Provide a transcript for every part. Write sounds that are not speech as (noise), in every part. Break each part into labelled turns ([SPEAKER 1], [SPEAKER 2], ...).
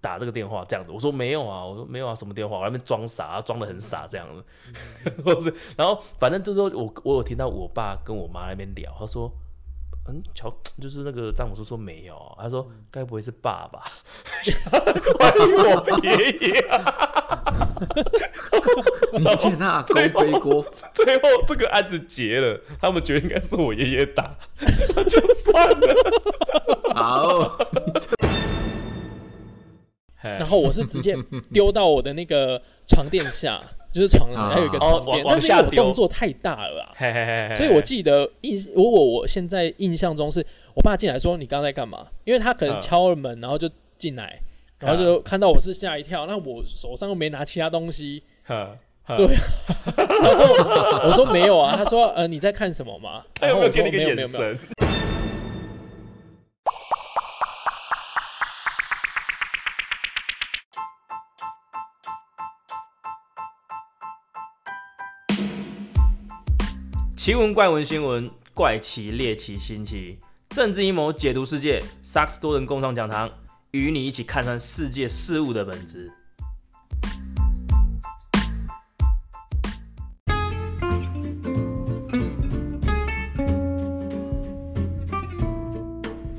[SPEAKER 1] 打这个电话这样子。我说没有啊，我说没有啊，什么电话？我在那边装傻，装的很傻这样子。 (laughs) 我是，然后反正这时候我我有听到我爸跟我妈那边聊，他说。嗯，乔就是那个詹姆斯说没有啊，他说该不会是爸爸？怀疑我爷爷啊！
[SPEAKER 2] (laughs) 你见
[SPEAKER 3] (laughs)
[SPEAKER 2] 那阿公
[SPEAKER 1] 对
[SPEAKER 2] 背锅，
[SPEAKER 1] 最后这个案子结了，他们觉得应该是我爷爷打，就算了。
[SPEAKER 2] 好，
[SPEAKER 3] 然后我是直接丢到我的那个床垫
[SPEAKER 1] (laughs)
[SPEAKER 3] 下，就是床
[SPEAKER 2] 啊
[SPEAKER 3] 栏，还有一个
[SPEAKER 1] 哦
[SPEAKER 3] 床垫，
[SPEAKER 1] 往
[SPEAKER 3] 但是因为
[SPEAKER 1] 往下丢
[SPEAKER 3] 我
[SPEAKER 1] 哎
[SPEAKER 3] 动作太大了啦，
[SPEAKER 1] 嘿嘿嘿嘿
[SPEAKER 3] 所以我记得印，如果我现在印象中是我爸进来说你刚才干嘛？因为他可能
[SPEAKER 1] 嗯
[SPEAKER 3] 敲了门，然后就进来，
[SPEAKER 1] 啊
[SPEAKER 3] 然后就看到我是吓一跳，那我手上又没拿其他东西，
[SPEAKER 1] 呵呵
[SPEAKER 3] 对，然后我说没有
[SPEAKER 1] (laughs)
[SPEAKER 3] 啊，他说呃你在看什么吗？
[SPEAKER 1] 他
[SPEAKER 3] 然
[SPEAKER 1] 有没有
[SPEAKER 3] 后我
[SPEAKER 1] 哎给
[SPEAKER 3] 说
[SPEAKER 1] 你一个
[SPEAKER 3] 没有没
[SPEAKER 1] 眼
[SPEAKER 3] 有没有，
[SPEAKER 1] 神？奇闻怪闻新闻，怪奇猎奇新奇，政治阴谋解读世界，萨克斯多人共创讲堂，与你一起看穿世界事物的本质。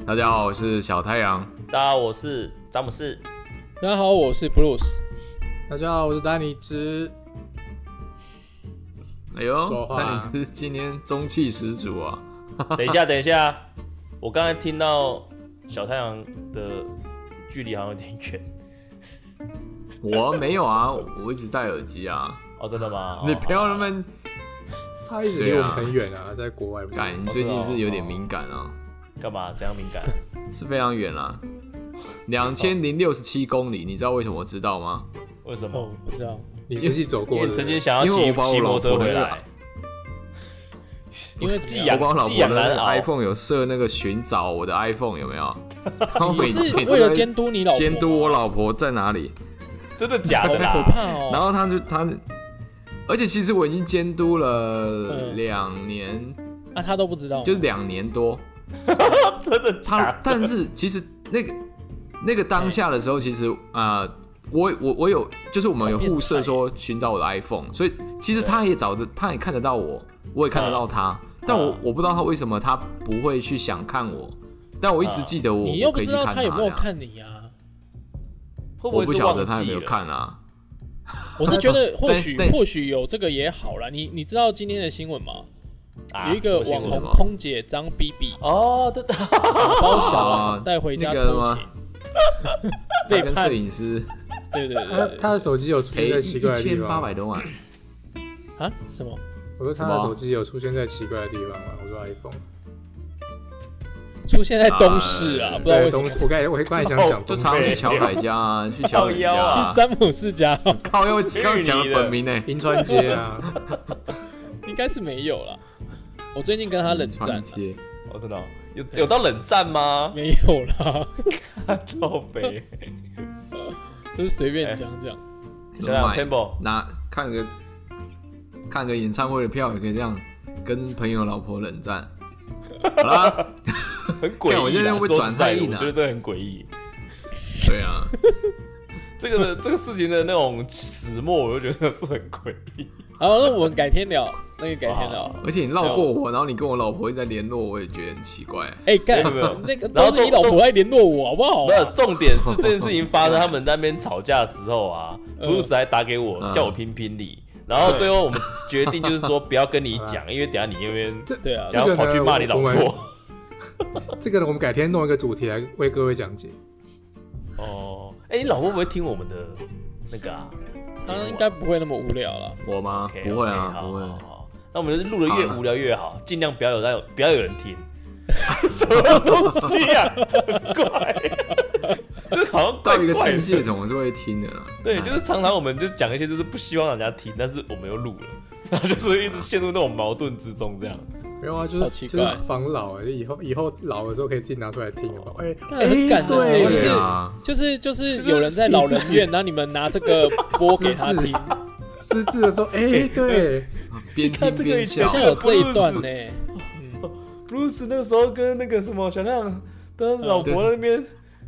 [SPEAKER 2] 大家好，我是小太阳。
[SPEAKER 1] 大家好，我是詹姆士。
[SPEAKER 3] 大家好，我是 Bruce，
[SPEAKER 4] 大家好，我是丹尼兹。
[SPEAKER 2] 哎呦
[SPEAKER 4] 说，话
[SPEAKER 3] 啊
[SPEAKER 2] 但你这今天中气十足啊！
[SPEAKER 1] 等一下，等一下，我刚才听到小太阳的距离好像有点远。
[SPEAKER 2] 我没有啊，我一直戴耳机
[SPEAKER 3] (laughs)
[SPEAKER 2] 啊。
[SPEAKER 1] 哦，真的吗？
[SPEAKER 2] 你不要那
[SPEAKER 1] 哦
[SPEAKER 2] 么
[SPEAKER 4] 他一直离我们很远啊，在国外不是
[SPEAKER 2] 感，你最近是有点敏感啊，
[SPEAKER 1] 干嘛？怎样敏感？
[SPEAKER 2] 是非常远啦，两千零六十七公里。你知道为什么我知道吗？
[SPEAKER 1] 为
[SPEAKER 3] (laughs)
[SPEAKER 1] 什
[SPEAKER 3] 哦
[SPEAKER 1] 么？，
[SPEAKER 3] 不知道，
[SPEAKER 4] 你自己走
[SPEAKER 1] 因
[SPEAKER 4] 过
[SPEAKER 1] 为
[SPEAKER 4] 的。
[SPEAKER 1] 曾经想要
[SPEAKER 2] 因为
[SPEAKER 1] 骑
[SPEAKER 2] 我把我
[SPEAKER 1] 骑摩
[SPEAKER 2] 老
[SPEAKER 1] 托车
[SPEAKER 2] 婆
[SPEAKER 1] 回
[SPEAKER 2] 的
[SPEAKER 1] 来，
[SPEAKER 3] 因为怎
[SPEAKER 1] 寄
[SPEAKER 3] 么
[SPEAKER 1] 养
[SPEAKER 3] 样
[SPEAKER 2] 我帮我老
[SPEAKER 1] 寄
[SPEAKER 2] 婆的
[SPEAKER 1] 养
[SPEAKER 2] 那
[SPEAKER 1] 难
[SPEAKER 2] 个
[SPEAKER 1] 熬
[SPEAKER 2] iPhone 有设那个寻找我的 iPhone 有没
[SPEAKER 3] (laughs)
[SPEAKER 2] 有？然后每
[SPEAKER 3] 你哦是
[SPEAKER 2] 每次
[SPEAKER 3] 为了
[SPEAKER 2] 在
[SPEAKER 3] 监督你老婆
[SPEAKER 2] 监督我老婆在哪里，
[SPEAKER 1] 真的假
[SPEAKER 3] 好
[SPEAKER 1] 的
[SPEAKER 3] 可
[SPEAKER 1] 啦？
[SPEAKER 3] 怕哦，
[SPEAKER 2] 然后他就他，而且其实我已经监督了
[SPEAKER 3] 嗯
[SPEAKER 2] 两年，
[SPEAKER 3] 啊他都不知道吗，
[SPEAKER 2] 就是两年多。
[SPEAKER 1] (laughs) 真的假
[SPEAKER 2] 他
[SPEAKER 1] 的？
[SPEAKER 2] (laughs) 但是其实那个那个当下的时候，其实啊、呃我我我有就是我们有互设说寻找我的 iPhone，所以其实他也找得，他也看得到我，我也看得到他，但我
[SPEAKER 1] 嗯
[SPEAKER 2] 我不知道他为什么他不会去想看我，但我一直记得我
[SPEAKER 3] 嗯你又
[SPEAKER 2] 我
[SPEAKER 3] 不
[SPEAKER 2] 可以去
[SPEAKER 3] 知道
[SPEAKER 2] 看
[SPEAKER 3] 他有没有
[SPEAKER 2] 呀，
[SPEAKER 3] 看你啊？
[SPEAKER 1] 会
[SPEAKER 2] 我
[SPEAKER 1] 会
[SPEAKER 2] 不
[SPEAKER 1] 是
[SPEAKER 2] 晓得
[SPEAKER 1] 忘
[SPEAKER 2] 他有没
[SPEAKER 1] 记
[SPEAKER 2] 有
[SPEAKER 1] 了？
[SPEAKER 2] 看啊，
[SPEAKER 3] 我是
[SPEAKER 2] (laughs)
[SPEAKER 3] 觉得或许
[SPEAKER 2] 对对
[SPEAKER 3] 或许有这个也好啦。你你知道今天的新闻吗？
[SPEAKER 1] 啊
[SPEAKER 3] 有一个
[SPEAKER 1] 什么新
[SPEAKER 3] 网
[SPEAKER 2] 什
[SPEAKER 3] 红
[SPEAKER 1] 闻
[SPEAKER 2] 么
[SPEAKER 3] 空姐张 B B
[SPEAKER 1] 哦，对对，
[SPEAKER 3] 包
[SPEAKER 2] 啊
[SPEAKER 3] 小带回家
[SPEAKER 2] 那个
[SPEAKER 3] 偷
[SPEAKER 2] 吗
[SPEAKER 3] 情，
[SPEAKER 2] 他
[SPEAKER 3] 背
[SPEAKER 2] 跟摄
[SPEAKER 3] 叛，
[SPEAKER 2] 影师
[SPEAKER 3] 对对
[SPEAKER 4] 他
[SPEAKER 3] 对对
[SPEAKER 4] 他的手机有出
[SPEAKER 2] 赔
[SPEAKER 4] 现在
[SPEAKER 2] 哎一
[SPEAKER 4] 奇怪的地
[SPEAKER 2] 千八
[SPEAKER 4] 方吗。嗯
[SPEAKER 2] 百多万，
[SPEAKER 3] 啊什么？
[SPEAKER 4] 我说他的手机有出现在奇怪的地方吗？我说 iPhone。
[SPEAKER 3] 出现在东市啊，
[SPEAKER 2] 啊
[SPEAKER 3] 不知道为什
[SPEAKER 4] 东
[SPEAKER 3] 么
[SPEAKER 4] 西，我刚才我刚才想讲
[SPEAKER 2] 哦就
[SPEAKER 4] 东
[SPEAKER 2] 常常去
[SPEAKER 4] 西，
[SPEAKER 2] 乔凯家啊，去乔
[SPEAKER 1] 靠
[SPEAKER 2] 凯家
[SPEAKER 1] 腰
[SPEAKER 2] 啊
[SPEAKER 1] 啊，
[SPEAKER 3] 去詹姆斯家哦
[SPEAKER 2] 靠腰，我刚讲了本名呢，
[SPEAKER 4] 银川街啊，
[SPEAKER 2] (laughs)
[SPEAKER 3] 应该是没有啦。我最近跟他冷战
[SPEAKER 2] 串
[SPEAKER 3] 啊，
[SPEAKER 2] 街。
[SPEAKER 1] 我 (laughs) 真的哦有有到冷战吗？
[SPEAKER 3] 没有啦， (laughs)
[SPEAKER 1] 靠北，
[SPEAKER 3] 就是随便讲讲。
[SPEAKER 1] 小亮
[SPEAKER 2] 买
[SPEAKER 1] Temple
[SPEAKER 2] 拿看个看个演唱会的票也可以这样跟朋友老婆冷 (laughs) 战。好啦，
[SPEAKER 1] 很诡异啦。啊
[SPEAKER 2] 干我现在会不会
[SPEAKER 1] 说实
[SPEAKER 2] 转
[SPEAKER 1] 在
[SPEAKER 2] 太
[SPEAKER 1] 的
[SPEAKER 2] 硬啊
[SPEAKER 1] 我觉得这很诡异。
[SPEAKER 2] 对啊，
[SPEAKER 1] 这个这个事情的那种始末，我就觉得是很诡异。
[SPEAKER 3] 好，那我们改天聊，那个改天聊。
[SPEAKER 2] 而且你绕过我，然后你跟我老婆一直在联络，我也觉得很奇怪。
[SPEAKER 3] 哎，干
[SPEAKER 1] 没有没有
[SPEAKER 3] 那个
[SPEAKER 1] 然后
[SPEAKER 3] 都是你
[SPEAKER 1] 重
[SPEAKER 3] 老婆在联络我，好不好
[SPEAKER 1] 没有，
[SPEAKER 3] 啊？
[SPEAKER 1] 重点是这件事情发生，他们在那边吵架的时候啊，
[SPEAKER 3] 嗯
[SPEAKER 1] 布鲁斯还打给我，
[SPEAKER 2] 嗯
[SPEAKER 1] 叫我评评理。然后最后我们决定就是说不要跟你讲，因为等下你那边
[SPEAKER 4] 这
[SPEAKER 3] 对啊
[SPEAKER 1] 然后跑去骂你老
[SPEAKER 4] 这个呢
[SPEAKER 1] 婆。
[SPEAKER 4] 这个呢，我们改天弄一个主题来为各位讲解。
[SPEAKER 1] 哦，哎，你老婆不会听我们的那个啊？
[SPEAKER 3] 他应该不会那么无聊了。
[SPEAKER 2] 我吗
[SPEAKER 1] OK，
[SPEAKER 2] 不会
[SPEAKER 1] OK，
[SPEAKER 2] 啊，
[SPEAKER 1] 好
[SPEAKER 2] 不会。
[SPEAKER 1] 好好那我们就是录的越
[SPEAKER 2] 好啊
[SPEAKER 1] 无聊越好，尽量不要有让不要有人听。什么东西啊？很怪，就是好像怪
[SPEAKER 2] 到一个
[SPEAKER 1] 怪
[SPEAKER 2] 境
[SPEAKER 1] 的。
[SPEAKER 2] 界，总是会听的啦。
[SPEAKER 1] 对，就是常常我们就讲一些就是不希望大家听，但是我们又录了， (laughs) 然后就是一直陷入那种矛盾之中这样。
[SPEAKER 4] 没有啊，就
[SPEAKER 3] 好
[SPEAKER 4] 是
[SPEAKER 3] 奇
[SPEAKER 4] 就是
[SPEAKER 3] 怪
[SPEAKER 4] 防老，啊以后以后老的时候可以自己拿出来听好不好？哎，
[SPEAKER 3] 干很感人啊
[SPEAKER 4] 对
[SPEAKER 3] 就是
[SPEAKER 2] 对啊，
[SPEAKER 3] 就是就是有人在老人院，然后你们拿这个 (laughs) 播给他听，
[SPEAKER 1] 哎
[SPEAKER 4] 失智的时候，哎，对，
[SPEAKER 2] 边听
[SPEAKER 1] 看这个
[SPEAKER 2] 边
[SPEAKER 1] 以
[SPEAKER 2] 笑
[SPEAKER 1] 前
[SPEAKER 3] 好。像有这一段呢、
[SPEAKER 1] Bruce 那时候跟那个什么小亮的老婆那边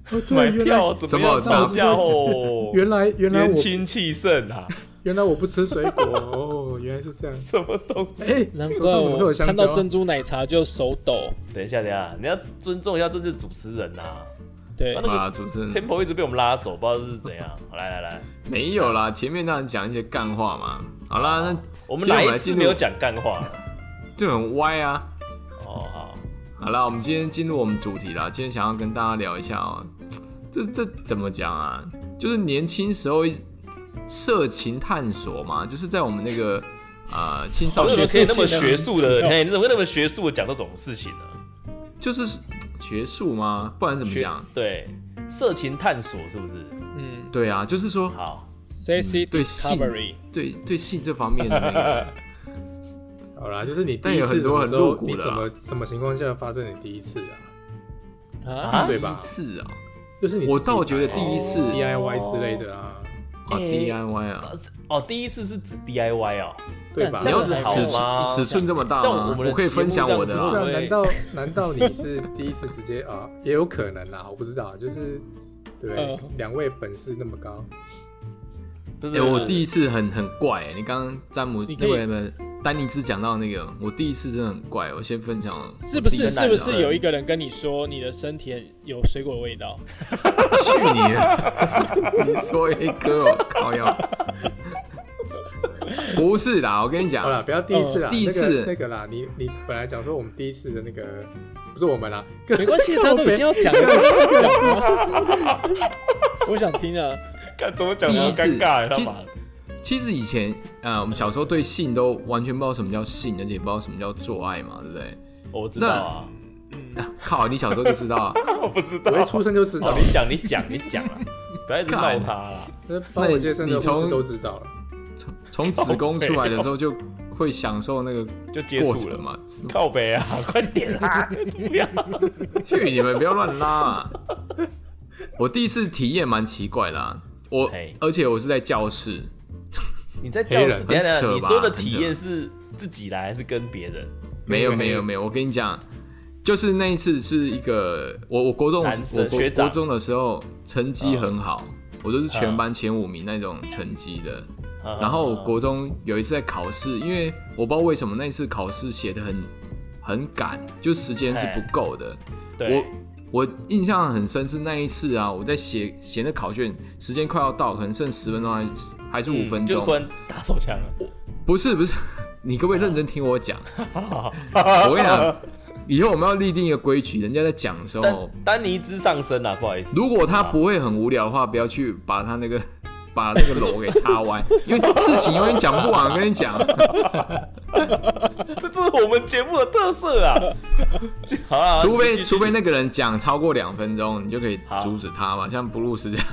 [SPEAKER 4] 哦，
[SPEAKER 1] 买
[SPEAKER 4] 对，原来
[SPEAKER 1] 票怎样涨价哦？
[SPEAKER 4] 原来原来我
[SPEAKER 1] 年轻气盛啊，
[SPEAKER 4] 原来我不吃水果哦，原来是这样。
[SPEAKER 1] (laughs) 什么东西？
[SPEAKER 4] 哎，
[SPEAKER 3] 难
[SPEAKER 4] 手
[SPEAKER 3] 怪
[SPEAKER 4] 上怎么会有
[SPEAKER 3] 我
[SPEAKER 4] 香
[SPEAKER 3] 看
[SPEAKER 4] 蕉
[SPEAKER 3] 到？珍珠奶茶就手抖。
[SPEAKER 1] 等一下，等一下，你要尊重一下，这是主持人呐、
[SPEAKER 3] 对
[SPEAKER 1] 啊，
[SPEAKER 2] 啊，主持人
[SPEAKER 1] Tempo 一直被我们拉走，不知道是怎样。好来来来，
[SPEAKER 2] 没有啦，前面当然讲一些干话嘛。好啦，那
[SPEAKER 1] 我们
[SPEAKER 2] 接下
[SPEAKER 1] 哪
[SPEAKER 2] 来
[SPEAKER 1] 一次
[SPEAKER 2] 进入
[SPEAKER 1] 没有讲干话了？
[SPEAKER 2] 就很歪啊。
[SPEAKER 1] 哦，好，
[SPEAKER 2] 好啦，我们今天进入我们主题啦。今天想要跟大家聊一下哦、这这怎么讲啊？就是年轻时候一色情探索嘛，就是在我们
[SPEAKER 1] (laughs)
[SPEAKER 2] 那个呃青少
[SPEAKER 1] 我怎么
[SPEAKER 2] 年
[SPEAKER 1] 可以
[SPEAKER 2] 时
[SPEAKER 1] 那
[SPEAKER 2] 期
[SPEAKER 1] 么
[SPEAKER 2] 呢，
[SPEAKER 1] 学术的？哎，你怎么会那么学术的讲这种事情呢、
[SPEAKER 2] 就是学术吗？不然怎么
[SPEAKER 1] 学
[SPEAKER 2] 讲？
[SPEAKER 1] 对色情探索是不是？
[SPEAKER 3] 嗯
[SPEAKER 2] 对啊，就是说
[SPEAKER 1] 好，
[SPEAKER 3] ，sexy
[SPEAKER 1] 嗯
[SPEAKER 2] 对性
[SPEAKER 3] discovery，
[SPEAKER 2] 对对性这方面的那个。
[SPEAKER 1] (laughs)
[SPEAKER 4] 好啦，就是你第
[SPEAKER 2] 但
[SPEAKER 4] 一
[SPEAKER 2] 有
[SPEAKER 4] 次
[SPEAKER 2] 很
[SPEAKER 4] 什
[SPEAKER 2] 多
[SPEAKER 4] 么
[SPEAKER 2] 很
[SPEAKER 4] 时
[SPEAKER 2] 露
[SPEAKER 4] 候，
[SPEAKER 2] 骨
[SPEAKER 4] 你
[SPEAKER 2] 的
[SPEAKER 4] 怎
[SPEAKER 2] 啊
[SPEAKER 4] 么什么情况下发生你第一次啊？
[SPEAKER 3] 啊，
[SPEAKER 4] 对吧
[SPEAKER 2] 第一次啊，
[SPEAKER 4] 就是你
[SPEAKER 2] 我
[SPEAKER 4] 自己
[SPEAKER 2] 倒觉得
[SPEAKER 4] 买
[SPEAKER 2] 第一次
[SPEAKER 4] DIY 之类的
[SPEAKER 3] 哦
[SPEAKER 4] 啊，
[SPEAKER 2] 啊 DIY 啊，
[SPEAKER 1] 哦，第一次是指 DIY 哦，
[SPEAKER 4] 对吧？
[SPEAKER 3] 这
[SPEAKER 2] 你要
[SPEAKER 3] 样
[SPEAKER 2] 尺
[SPEAKER 3] 子还
[SPEAKER 1] 好吗
[SPEAKER 2] 寸尺寸这么大
[SPEAKER 1] 这样我
[SPEAKER 2] 吗？
[SPEAKER 1] 们的
[SPEAKER 2] 我可以
[SPEAKER 1] 题目
[SPEAKER 2] 分享
[SPEAKER 1] 这样
[SPEAKER 2] 我的
[SPEAKER 1] 子
[SPEAKER 4] 不是
[SPEAKER 2] 啊。
[SPEAKER 4] 啊，
[SPEAKER 1] 对
[SPEAKER 3] 欸
[SPEAKER 4] 难道难道你是第一次直接啊？也有可能啦，我不知道，就是对不对
[SPEAKER 3] 嗯
[SPEAKER 4] 两位本事那么高，
[SPEAKER 1] 对不
[SPEAKER 2] 哎、
[SPEAKER 1] 对？
[SPEAKER 2] 我第一次很很怪、欸你刚刚詹姆
[SPEAKER 3] 你可
[SPEAKER 2] 那
[SPEAKER 3] 以
[SPEAKER 2] 个那个丹尼斯讲到那个，我第一次真的很怪。我先分享，
[SPEAKER 3] 是不是
[SPEAKER 1] 我第一个
[SPEAKER 3] 是不是
[SPEAKER 1] 男的
[SPEAKER 3] 有一个人跟你说你的身体有水果的味道？
[SPEAKER 2] (laughs) 去你的！ (laughs) 你说一哥哦，靠腰。 (laughs) 不是啦，我跟你
[SPEAKER 4] 好
[SPEAKER 2] 讲，
[SPEAKER 4] 了，不要第一次啦，
[SPEAKER 2] 第一次
[SPEAKER 4] 那个那个啦，你你本来讲说我们第一次的那个不是我们啦，
[SPEAKER 3] 没关
[SPEAKER 1] (laughs)
[SPEAKER 3] 系，他都已经要讲了，要讲吗？我想听啊，
[SPEAKER 1] 看怎么讲
[SPEAKER 2] 第
[SPEAKER 1] 的
[SPEAKER 2] 一次
[SPEAKER 1] 尴尬，他
[SPEAKER 2] 其
[SPEAKER 1] 妈的
[SPEAKER 2] 其实以前啊、呃我们小时候对性都完全不知道什么叫性，而且也不知道什么叫做爱嘛，对不对？
[SPEAKER 1] 哦我知道啊，
[SPEAKER 2] 靠，你小时候就知
[SPEAKER 1] (laughs)
[SPEAKER 2] 道啊，
[SPEAKER 1] 我不知道，
[SPEAKER 4] 我一出生就知道
[SPEAKER 1] (laughs) 哦，，你讲，你讲，你讲啊，不要一直闹他啊啦。
[SPEAKER 4] 那帮我接生的护士都知道了，
[SPEAKER 2] 从从子宫出来的时候就会享受那个
[SPEAKER 1] 就接
[SPEAKER 2] 过
[SPEAKER 1] 触了
[SPEAKER 2] 程
[SPEAKER 1] 嘛。
[SPEAKER 2] 嘛。
[SPEAKER 1] 靠北啊，快点啊！ (laughs) 不要，
[SPEAKER 2] 去你们不要乱拉、啊！ (laughs) 我第一次体验蛮奇怪啦、我
[SPEAKER 1] 嘿
[SPEAKER 2] 而且我是在教室，
[SPEAKER 1] 你在教室，
[SPEAKER 4] 黑人
[SPEAKER 1] 等一下
[SPEAKER 2] 很扯吧
[SPEAKER 1] 你说的体验是自己来还是跟别人？
[SPEAKER 2] 没有
[SPEAKER 4] 没有
[SPEAKER 2] 没有没有，我跟你讲，就是那一次是一个我我国中
[SPEAKER 1] 男
[SPEAKER 2] 我
[SPEAKER 1] 生
[SPEAKER 2] 国
[SPEAKER 1] 学长哦
[SPEAKER 2] 国中的时候成绩很好，我都是全班前五名那种成绩的。
[SPEAKER 1] 哦啊
[SPEAKER 2] 然后我国中有一次在考试，因为我不知道为什么那一次考试写的很很赶，就时间是不够的。
[SPEAKER 1] 对
[SPEAKER 2] 我我印象很深是那一次啊，我在写写那考卷，时间快要到，可能剩十分钟还还是五分
[SPEAKER 1] 嗯就
[SPEAKER 2] 钟，
[SPEAKER 1] 突然打手枪了。
[SPEAKER 2] 不是不是，你可不可以认真听
[SPEAKER 1] (laughs)
[SPEAKER 2] 我讲？哦
[SPEAKER 1] 好
[SPEAKER 2] 我跟你讲，以后我们要立定一个规矩，人家在讲的时候，
[SPEAKER 1] 丹丹尼兹上身啊，不好意思。
[SPEAKER 2] 如果他不会很无聊的话，不要去把他那个 (laughs) 把那个楼给
[SPEAKER 1] (laughs)
[SPEAKER 2] 插歪，因为事情永远讲不完。我跟你讲，
[SPEAKER 1] (laughs) 这是我们节目的特色啊！ (laughs) 好啊，
[SPEAKER 2] (laughs) 除
[SPEAKER 1] 继续
[SPEAKER 2] 非除非那个人讲超过两分钟，你就可以
[SPEAKER 1] 好
[SPEAKER 2] 阻止他嘛，像布鲁斯这样。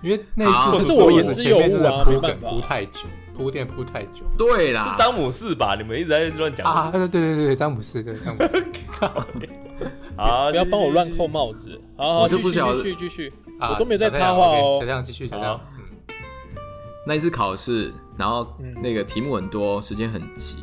[SPEAKER 4] 因为那一次
[SPEAKER 2] 可
[SPEAKER 3] 啊是
[SPEAKER 4] 我
[SPEAKER 3] 我言
[SPEAKER 4] 是
[SPEAKER 3] 之
[SPEAKER 4] 前
[SPEAKER 3] 有
[SPEAKER 4] 面真
[SPEAKER 3] 物啊
[SPEAKER 4] 的
[SPEAKER 3] 没
[SPEAKER 4] 铺
[SPEAKER 3] 办
[SPEAKER 4] 梗
[SPEAKER 3] 法
[SPEAKER 4] 铺太久，铺垫铺太久
[SPEAKER 2] 对啦，
[SPEAKER 1] 是詹姆士吧？你们一直在乱讲
[SPEAKER 4] 啊，对对对对，詹姆斯对
[SPEAKER 1] (laughs)
[SPEAKER 4] 詹姆斯
[SPEAKER 1] 好，
[SPEAKER 3] 不要帮我乱扣
[SPEAKER 1] 继续。
[SPEAKER 3] 帽子。好好，
[SPEAKER 2] 我就
[SPEAKER 3] 继
[SPEAKER 2] 不
[SPEAKER 3] 续
[SPEAKER 2] 晓得
[SPEAKER 3] 继续继续，
[SPEAKER 4] 啊，
[SPEAKER 3] 我都没在
[SPEAKER 4] 小
[SPEAKER 3] 插
[SPEAKER 4] 亮
[SPEAKER 3] 话
[SPEAKER 4] OK，
[SPEAKER 3] 哦
[SPEAKER 4] 小。亮继续，小亮，嗯
[SPEAKER 2] 那一次考试，然后
[SPEAKER 3] 嗯
[SPEAKER 2] 那个题目很多，时间很急，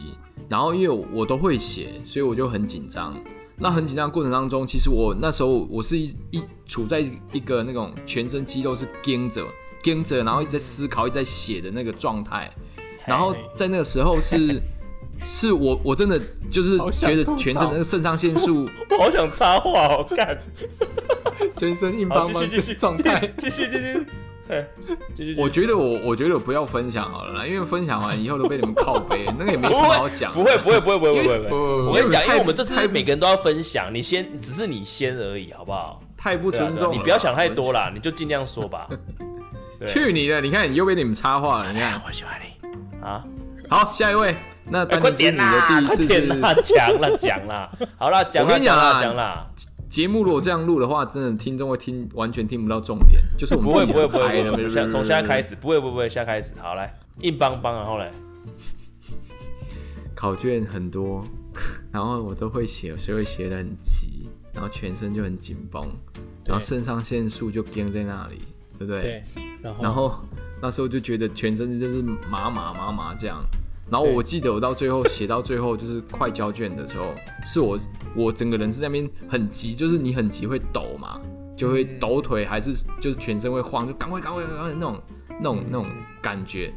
[SPEAKER 2] 然后因为我我都会写，所以我就很紧张。那很紧张的过程当中，其实我那时候我是一一处在一个那种全身肌肉是僵着、僵着，然后一直在思考、一直在写的那个状态。然后在那个时
[SPEAKER 1] (laughs)
[SPEAKER 2] 候是，是我我真的就是
[SPEAKER 4] 好想
[SPEAKER 2] 觉得
[SPEAKER 4] 吐槽
[SPEAKER 2] 全身的那个肾上
[SPEAKER 1] (laughs)
[SPEAKER 2] 腺素，
[SPEAKER 1] 我好想插话哦，
[SPEAKER 2] (laughs)
[SPEAKER 1] 干！
[SPEAKER 4] 全身硬
[SPEAKER 1] 好，
[SPEAKER 4] 邦
[SPEAKER 1] 继
[SPEAKER 4] 邦
[SPEAKER 1] 续
[SPEAKER 4] 的
[SPEAKER 1] 继续，
[SPEAKER 4] 状态
[SPEAKER 1] (laughs) 继续继
[SPEAKER 2] (laughs)
[SPEAKER 1] 续，嘿继续。
[SPEAKER 2] 我
[SPEAKER 1] 继续
[SPEAKER 2] 觉得我我觉得我不要分享好了啦，因为分享完以后都被你们靠背，那个也没
[SPEAKER 1] 哎不
[SPEAKER 2] 什
[SPEAKER 1] 会
[SPEAKER 2] 么好讲的。
[SPEAKER 1] (laughs) 不会不会不会不会不会不
[SPEAKER 4] 不
[SPEAKER 1] 会。
[SPEAKER 4] 不不
[SPEAKER 1] 我跟你讲，
[SPEAKER 2] 因
[SPEAKER 1] 因
[SPEAKER 2] 为
[SPEAKER 1] 为
[SPEAKER 2] 太
[SPEAKER 1] 我们这次是每个人都要分享，你先，只是你先而已，好不好？
[SPEAKER 2] 太不
[SPEAKER 1] 对啊
[SPEAKER 2] 尊
[SPEAKER 1] 对啊
[SPEAKER 2] 重了吧、
[SPEAKER 1] 你不要想太多啦，你就尽量说
[SPEAKER 2] (laughs)
[SPEAKER 1] 吧。对
[SPEAKER 2] 去你的！你看，你又被你们插话了。你看，
[SPEAKER 1] 我喜欢你啊！
[SPEAKER 2] 好，下一位。那
[SPEAKER 1] 哎
[SPEAKER 2] 丹
[SPEAKER 1] 快
[SPEAKER 2] 尼斯，
[SPEAKER 1] 点
[SPEAKER 2] 你
[SPEAKER 1] 啦，
[SPEAKER 2] 的
[SPEAKER 1] 快
[SPEAKER 2] 第一
[SPEAKER 1] 点啦
[SPEAKER 2] 次，
[SPEAKER 1] 讲啦讲啦，好啦，讲
[SPEAKER 2] 我
[SPEAKER 1] 啦
[SPEAKER 2] 跟你
[SPEAKER 1] 讲
[SPEAKER 2] 讲
[SPEAKER 1] 啦
[SPEAKER 2] 啊
[SPEAKER 1] 讲啦，
[SPEAKER 2] 是节目如果这样录的话，真的听众会听完全听不到重点，就是我们
[SPEAKER 1] 不会
[SPEAKER 2] 自己
[SPEAKER 1] 不会
[SPEAKER 2] 很
[SPEAKER 1] 不会
[SPEAKER 2] 嗨的
[SPEAKER 1] 不会，
[SPEAKER 2] 没
[SPEAKER 1] 下从现在开
[SPEAKER 2] 始，
[SPEAKER 1] 始，不会不会不会，现在开始，好来，硬邦邦，然后嘞，
[SPEAKER 2] 考卷很多，然后我都会写，所以会写的很急，然后全身就很紧绷，然后肾上腺素就跟在那里，对不对？
[SPEAKER 3] 哦对，然后
[SPEAKER 2] 然后那时候就觉得全身就是麻麻麻麻这样。然后
[SPEAKER 3] 对
[SPEAKER 2] 我记得我到最后写到最后就是快交卷的时候，是我我整个人是在那边很急，就是你很急会抖嘛，就会
[SPEAKER 3] 嗯
[SPEAKER 2] 抖腿，还是就是全身会晃，就赶快赶快赶快那种那
[SPEAKER 3] 嗯
[SPEAKER 2] 种那种感觉。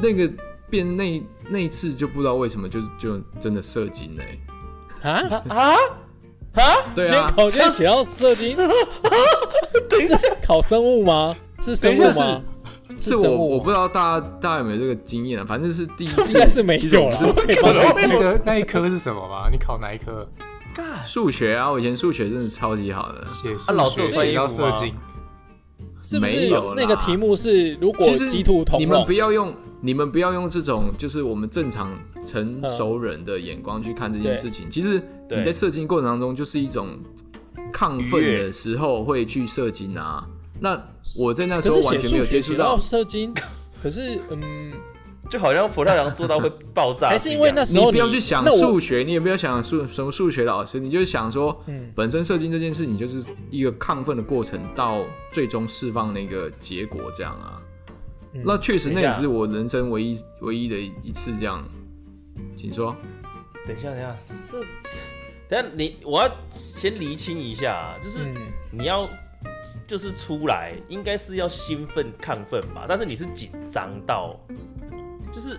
[SPEAKER 2] 那个变那那一次就不知道为什么就就真的射精了欸、
[SPEAKER 3] 啊，
[SPEAKER 1] 啊啊！
[SPEAKER 2] (laughs) 对
[SPEAKER 3] 先
[SPEAKER 2] 啊，
[SPEAKER 3] 考就写到射
[SPEAKER 2] (laughs)
[SPEAKER 3] 精，
[SPEAKER 1] 等一下，
[SPEAKER 3] 是考生物吗？是生物
[SPEAKER 2] 等一下
[SPEAKER 3] 吗？
[SPEAKER 2] 是
[SPEAKER 3] 生
[SPEAKER 2] 我
[SPEAKER 3] 物
[SPEAKER 2] 我
[SPEAKER 3] 吗
[SPEAKER 2] 不知道大家大家有没有这个经验啊，反正是第一
[SPEAKER 3] 应
[SPEAKER 2] 次，
[SPEAKER 3] 该是没
[SPEAKER 2] 其实
[SPEAKER 3] 有
[SPEAKER 2] 我
[SPEAKER 3] 了
[SPEAKER 2] 是，
[SPEAKER 3] 可以帮
[SPEAKER 4] 但
[SPEAKER 3] 你
[SPEAKER 4] 是记得那一科是什么吗？你考哪一科？
[SPEAKER 2] 数学啊，我以前数学真的超级好的。
[SPEAKER 4] 写数
[SPEAKER 1] 啊老师有
[SPEAKER 4] 学
[SPEAKER 1] 穿
[SPEAKER 4] 写到
[SPEAKER 1] 衣服吗
[SPEAKER 4] 射精，
[SPEAKER 3] 是不是
[SPEAKER 2] 没有啦
[SPEAKER 3] 那个题目是如果
[SPEAKER 2] 其实
[SPEAKER 3] 鸡兔同
[SPEAKER 2] 你们
[SPEAKER 3] 笼
[SPEAKER 2] 不？要用你们不要用这种就是我们正常成熟人的眼光去看这件事情。其实你在射精过程当中，就是一种亢奋
[SPEAKER 1] 愉
[SPEAKER 2] 的
[SPEAKER 1] 悦
[SPEAKER 2] 时候会去射精啊。那我在那时
[SPEAKER 3] 可
[SPEAKER 2] 候
[SPEAKER 3] 是
[SPEAKER 2] 完
[SPEAKER 3] 写
[SPEAKER 2] 全没
[SPEAKER 3] 数
[SPEAKER 2] 有接
[SPEAKER 3] 学
[SPEAKER 2] 触
[SPEAKER 3] 写
[SPEAKER 2] 到
[SPEAKER 3] 到，射精，可是嗯，
[SPEAKER 1] 就好像佛跳墙做到会爆炸一样，
[SPEAKER 3] 还是因为那时
[SPEAKER 2] 你
[SPEAKER 3] 候
[SPEAKER 2] 不要去想
[SPEAKER 3] 那我
[SPEAKER 2] 数学，你也不要想数什么数学老师，你就想说，
[SPEAKER 3] 嗯
[SPEAKER 2] 本身射精这件事情就是一个亢奋的过程，到最终释放那个结果这样啊。
[SPEAKER 3] 嗯
[SPEAKER 2] 那确实，
[SPEAKER 1] 等一
[SPEAKER 2] 那
[SPEAKER 1] 下
[SPEAKER 2] 也是我人生唯一唯一的一次这样。请说，
[SPEAKER 1] 等一下，等一下，是，等一下你我要先厘清一下啊，就是
[SPEAKER 3] 嗯
[SPEAKER 1] 你要就是出来，应该是要兴奋亢奋吧，但是你是紧张到，就是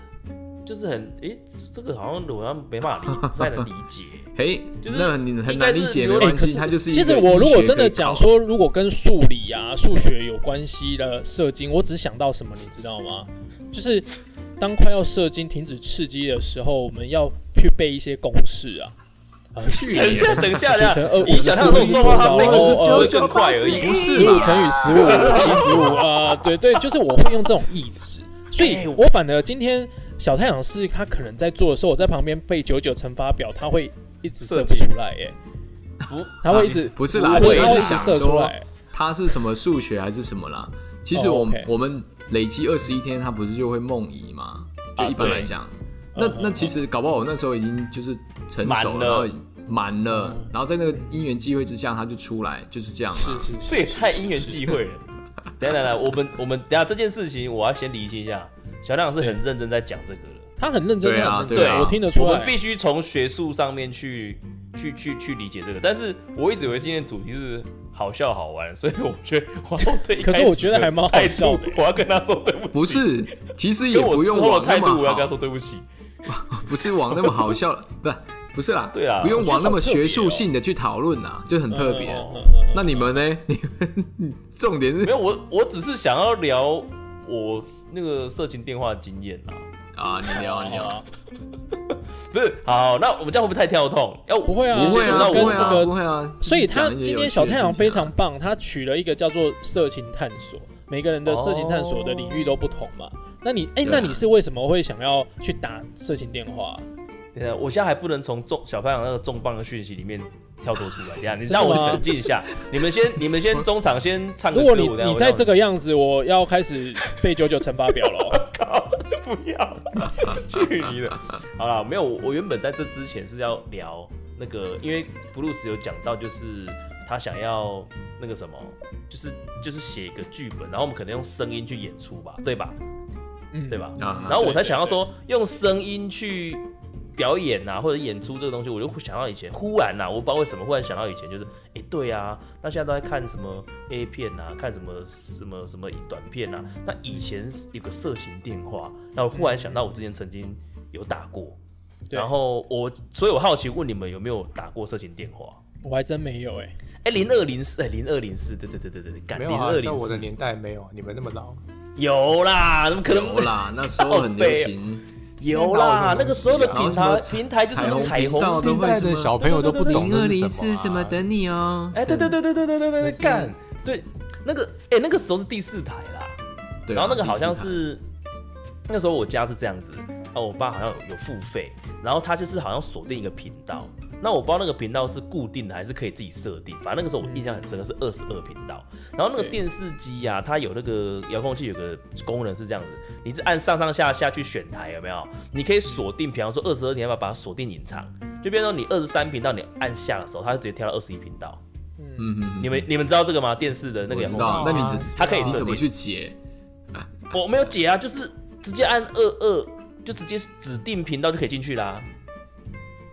[SPEAKER 1] 就是很诶、这个好像我好像没办法理，不太能理解。
[SPEAKER 2] 嘿，
[SPEAKER 1] 就是
[SPEAKER 2] 那你很
[SPEAKER 1] 应该
[SPEAKER 2] 难
[SPEAKER 1] 是
[SPEAKER 2] 理解，
[SPEAKER 1] 流
[SPEAKER 2] 没
[SPEAKER 1] 哎
[SPEAKER 2] 关
[SPEAKER 3] 可
[SPEAKER 2] 系，
[SPEAKER 3] 是
[SPEAKER 2] 它就是一
[SPEAKER 3] 其
[SPEAKER 2] 个
[SPEAKER 3] 实我如果真的
[SPEAKER 2] 医学可以
[SPEAKER 3] 讲
[SPEAKER 2] 考，
[SPEAKER 3] 说，如果跟数理啊、数学有关系的射精，我只想到什么，你知道吗？就是当快要射精、停止刺激的时候，我们要去背一些公式啊。 (laughs)
[SPEAKER 2] 去
[SPEAKER 1] 等一下，等一下，等一
[SPEAKER 3] 九乘二
[SPEAKER 1] 下，你想象那种状况，它那
[SPEAKER 3] 五十四
[SPEAKER 1] 个只会更快而已，
[SPEAKER 4] 不
[SPEAKER 3] 十五乘以十五，七十五啊，对对，就是我会用这种意志，所以
[SPEAKER 1] 哎我
[SPEAKER 3] 我反而今天小太阳是他可能在做的时候，我在旁边背九九乘法表，他会一直射不出来，哎，
[SPEAKER 1] 不
[SPEAKER 3] 他会一直
[SPEAKER 2] 不是啦
[SPEAKER 3] 会
[SPEAKER 2] 我
[SPEAKER 3] 一
[SPEAKER 2] 是
[SPEAKER 3] 直
[SPEAKER 2] 想
[SPEAKER 3] 射出
[SPEAKER 2] 说
[SPEAKER 3] 来，
[SPEAKER 2] 它是什么数学还是什么啦？其实
[SPEAKER 3] 哦
[SPEAKER 2] 我们、
[SPEAKER 3] OK
[SPEAKER 2] 我们累积二十一天，它不是就会梦遗吗？就
[SPEAKER 1] 啊
[SPEAKER 2] 一般
[SPEAKER 1] 对哦
[SPEAKER 2] 来讲，那
[SPEAKER 3] 嗯
[SPEAKER 2] 那
[SPEAKER 3] 嗯
[SPEAKER 2] 其实搞不好我那时候已经就是成
[SPEAKER 1] 满
[SPEAKER 2] 熟
[SPEAKER 1] 了
[SPEAKER 2] 然后满了
[SPEAKER 3] 嗯，
[SPEAKER 2] 然后在那个因缘机会之下，它就出来，就是这样
[SPEAKER 3] 是
[SPEAKER 2] 嘛。
[SPEAKER 3] 是是，
[SPEAKER 1] 这也太因缘际会了。等一下，等一下，我们我们等一下这件事情，我要先理清一下。小亮是很认真在讲这个的，
[SPEAKER 3] 他很认真，
[SPEAKER 2] 对啊
[SPEAKER 3] 他很认真
[SPEAKER 2] 对啊
[SPEAKER 3] 我听得
[SPEAKER 1] 我
[SPEAKER 3] 出
[SPEAKER 1] 们
[SPEAKER 3] 来。
[SPEAKER 1] 必须从学术上面去去去去理解这个。但是我一直以为今天的主题是好笑好玩，所以我觉得我要对一开始的态度。
[SPEAKER 3] 可是我觉得还蛮好笑的
[SPEAKER 1] 我要跟他说对不起。
[SPEAKER 2] 不，是，其实也
[SPEAKER 1] 跟我
[SPEAKER 2] 不
[SPEAKER 1] 之
[SPEAKER 2] 用
[SPEAKER 1] 后
[SPEAKER 2] 往
[SPEAKER 1] 的
[SPEAKER 2] 那
[SPEAKER 1] 态
[SPEAKER 2] 么
[SPEAKER 1] 度，我要跟他
[SPEAKER 2] 好
[SPEAKER 1] 说，对不起。
[SPEAKER 2] 不是往那么
[SPEAKER 1] (laughs)
[SPEAKER 2] 好笑，不是不是啦，
[SPEAKER 1] 对啊
[SPEAKER 2] 不用往那么
[SPEAKER 3] 我觉得好特别
[SPEAKER 2] 学
[SPEAKER 3] 哦
[SPEAKER 2] 术性的去讨论啊，就很特别。
[SPEAKER 3] 嗯嗯嗯嗯嗯
[SPEAKER 2] 那你们呢？你们重点
[SPEAKER 1] 没
[SPEAKER 2] 是
[SPEAKER 1] 有，我我只是想要聊我那个色情电话的经验啊。
[SPEAKER 2] 啊，你聊你
[SPEAKER 3] 好
[SPEAKER 2] 聊，
[SPEAKER 3] 啊
[SPEAKER 1] 不是，好，那我们这样会不会太跳痛？要
[SPEAKER 3] 不会啊
[SPEAKER 2] 不会
[SPEAKER 1] 我
[SPEAKER 2] 啊，
[SPEAKER 1] 要
[SPEAKER 2] 不
[SPEAKER 1] 跟
[SPEAKER 2] 会
[SPEAKER 1] 这
[SPEAKER 2] 啊，
[SPEAKER 1] 个
[SPEAKER 2] 不会啊。
[SPEAKER 3] 所以
[SPEAKER 2] 就是讲
[SPEAKER 3] 他
[SPEAKER 2] 一些
[SPEAKER 3] 今
[SPEAKER 2] 有
[SPEAKER 3] 天
[SPEAKER 2] 趣
[SPEAKER 3] 小
[SPEAKER 2] 的
[SPEAKER 3] 太
[SPEAKER 2] 事
[SPEAKER 3] 阳
[SPEAKER 2] 情
[SPEAKER 3] 非
[SPEAKER 2] 啊
[SPEAKER 3] 常棒，他取了一个叫做色情探索，每个人的色情探索的领域都不同嘛。那你哎、
[SPEAKER 2] 对啊
[SPEAKER 3] 那你是为什么会想要去打色情电话？
[SPEAKER 1] 等一啊下，我现在还不能从重小太阳那个重磅的讯息里面跳脱出来。等一下，你
[SPEAKER 3] 真的
[SPEAKER 1] 让我
[SPEAKER 3] 吗
[SPEAKER 1] 冷静一下。你们
[SPEAKER 3] (laughs)
[SPEAKER 1] 先，你们先中场先唱个
[SPEAKER 3] 如
[SPEAKER 1] 歌。
[SPEAKER 3] 果你
[SPEAKER 1] 我等一下
[SPEAKER 3] 你
[SPEAKER 1] 我
[SPEAKER 3] 在
[SPEAKER 1] 让
[SPEAKER 3] 这个样子，我要开始背九九乘法表了哦。
[SPEAKER 1] (laughs) 不要，去你的！好了，没有，我我原本在这之前是要聊那个，因为布鲁斯有讲到，就是他想要那个什么，就是就是写一个剧本，然后我们可能用声音去演出吧，对吧？
[SPEAKER 3] 嗯，
[SPEAKER 1] 对吧？
[SPEAKER 2] 啊
[SPEAKER 1] 然后我才想要说，用声音去表演啊，或者演出这个东西，我就想到以前，忽然呐、啊我不知道为什么，忽然想到以前，就是，哎、对啊，那现在都在看什么 A 片啊，看什么什么什么短片啊，那以前有个色情电话，然后忽然想到我之前曾经有打过，
[SPEAKER 3] 对
[SPEAKER 1] 然后我，所以我好奇问你们有没有打过色情电话？
[SPEAKER 3] 我还真没有哎、
[SPEAKER 1] 哎、零二零四，哎，零二零四，对对对对对对，干
[SPEAKER 4] 没
[SPEAKER 1] 零
[SPEAKER 4] 有啊
[SPEAKER 1] 二，
[SPEAKER 4] 在
[SPEAKER 1] 零
[SPEAKER 4] 我的
[SPEAKER 1] 四，
[SPEAKER 4] 年代没有，你们那么老。
[SPEAKER 1] 有啦，怎么可能
[SPEAKER 2] 有啊啦，那时候很流行。
[SPEAKER 1] 有啦，那个时候的
[SPEAKER 4] 是
[SPEAKER 2] 哪有
[SPEAKER 1] 平
[SPEAKER 2] 什么
[SPEAKER 1] 台平台就是有彩虹
[SPEAKER 2] 彩虹频道
[SPEAKER 1] 屏
[SPEAKER 2] 都
[SPEAKER 4] 现
[SPEAKER 2] 会
[SPEAKER 4] 在的小朋友都不懂
[SPEAKER 2] 零二
[SPEAKER 4] 这
[SPEAKER 2] 零
[SPEAKER 4] 是
[SPEAKER 2] 四什么
[SPEAKER 4] 啊
[SPEAKER 2] 等你哦，
[SPEAKER 1] 哎，对对对对对对对对对，
[SPEAKER 4] 那是
[SPEAKER 1] 干，对，那个哎、那个时候是第四台啦，
[SPEAKER 2] 对啊
[SPEAKER 1] 然后那个好像
[SPEAKER 2] 第四
[SPEAKER 1] 是那时候我家是这样子，哦，我爸好像有有付费，然后他就是好像锁定一个频道，那我不知道那个频道是固定的还是可以自己设定，反正那个时
[SPEAKER 2] 嗯
[SPEAKER 1] 候我印象很深刻是二十二频道，然后那个
[SPEAKER 3] 对
[SPEAKER 1] 电视机啊，它有那个遥控器有个功能是这样子，你是按上上下下去选台有没有？你可以锁定，比方说二十二，你要不要把它锁定隐藏？就变成说你二十三频道你按下的时候，它就直接跳到二十一频道。
[SPEAKER 2] 嗯嗯嗯，
[SPEAKER 1] 你们你们知道这个吗？电视的那个
[SPEAKER 2] 我
[SPEAKER 1] 遥
[SPEAKER 2] 知
[SPEAKER 1] 控
[SPEAKER 2] 道
[SPEAKER 1] 器，，
[SPEAKER 2] 那你怎
[SPEAKER 1] 它啊可以
[SPEAKER 2] 你
[SPEAKER 1] 设
[SPEAKER 2] 怎
[SPEAKER 1] 定。
[SPEAKER 2] 么去解？
[SPEAKER 1] 我没有解啊，就是直接按二二，就直接指定频道就可以进去啦。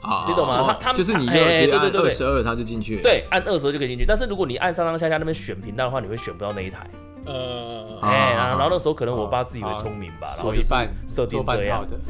[SPEAKER 2] 啊，
[SPEAKER 1] 你懂吗
[SPEAKER 2] 哦
[SPEAKER 1] 他他
[SPEAKER 2] 就是你
[SPEAKER 1] 他
[SPEAKER 2] 要直
[SPEAKER 1] 哎
[SPEAKER 2] 接
[SPEAKER 1] 对
[SPEAKER 2] 按
[SPEAKER 1] 对对
[SPEAKER 2] 啊二
[SPEAKER 1] 对
[SPEAKER 2] 十二，他就进去。，
[SPEAKER 1] 对，按二十就可以进去。但是如果你按上上下下那边选频道的话，你会选不到那一台。
[SPEAKER 3] 呃，
[SPEAKER 2] 啊
[SPEAKER 1] 哎、然后然后那时候可能我爸
[SPEAKER 4] 好
[SPEAKER 1] 自以为聪明吧，然后
[SPEAKER 4] 说
[SPEAKER 1] 就
[SPEAKER 4] 一
[SPEAKER 1] 是
[SPEAKER 4] 半
[SPEAKER 1] 设定
[SPEAKER 4] 做半
[SPEAKER 1] 这
[SPEAKER 4] 套
[SPEAKER 1] 样，
[SPEAKER 4] 的，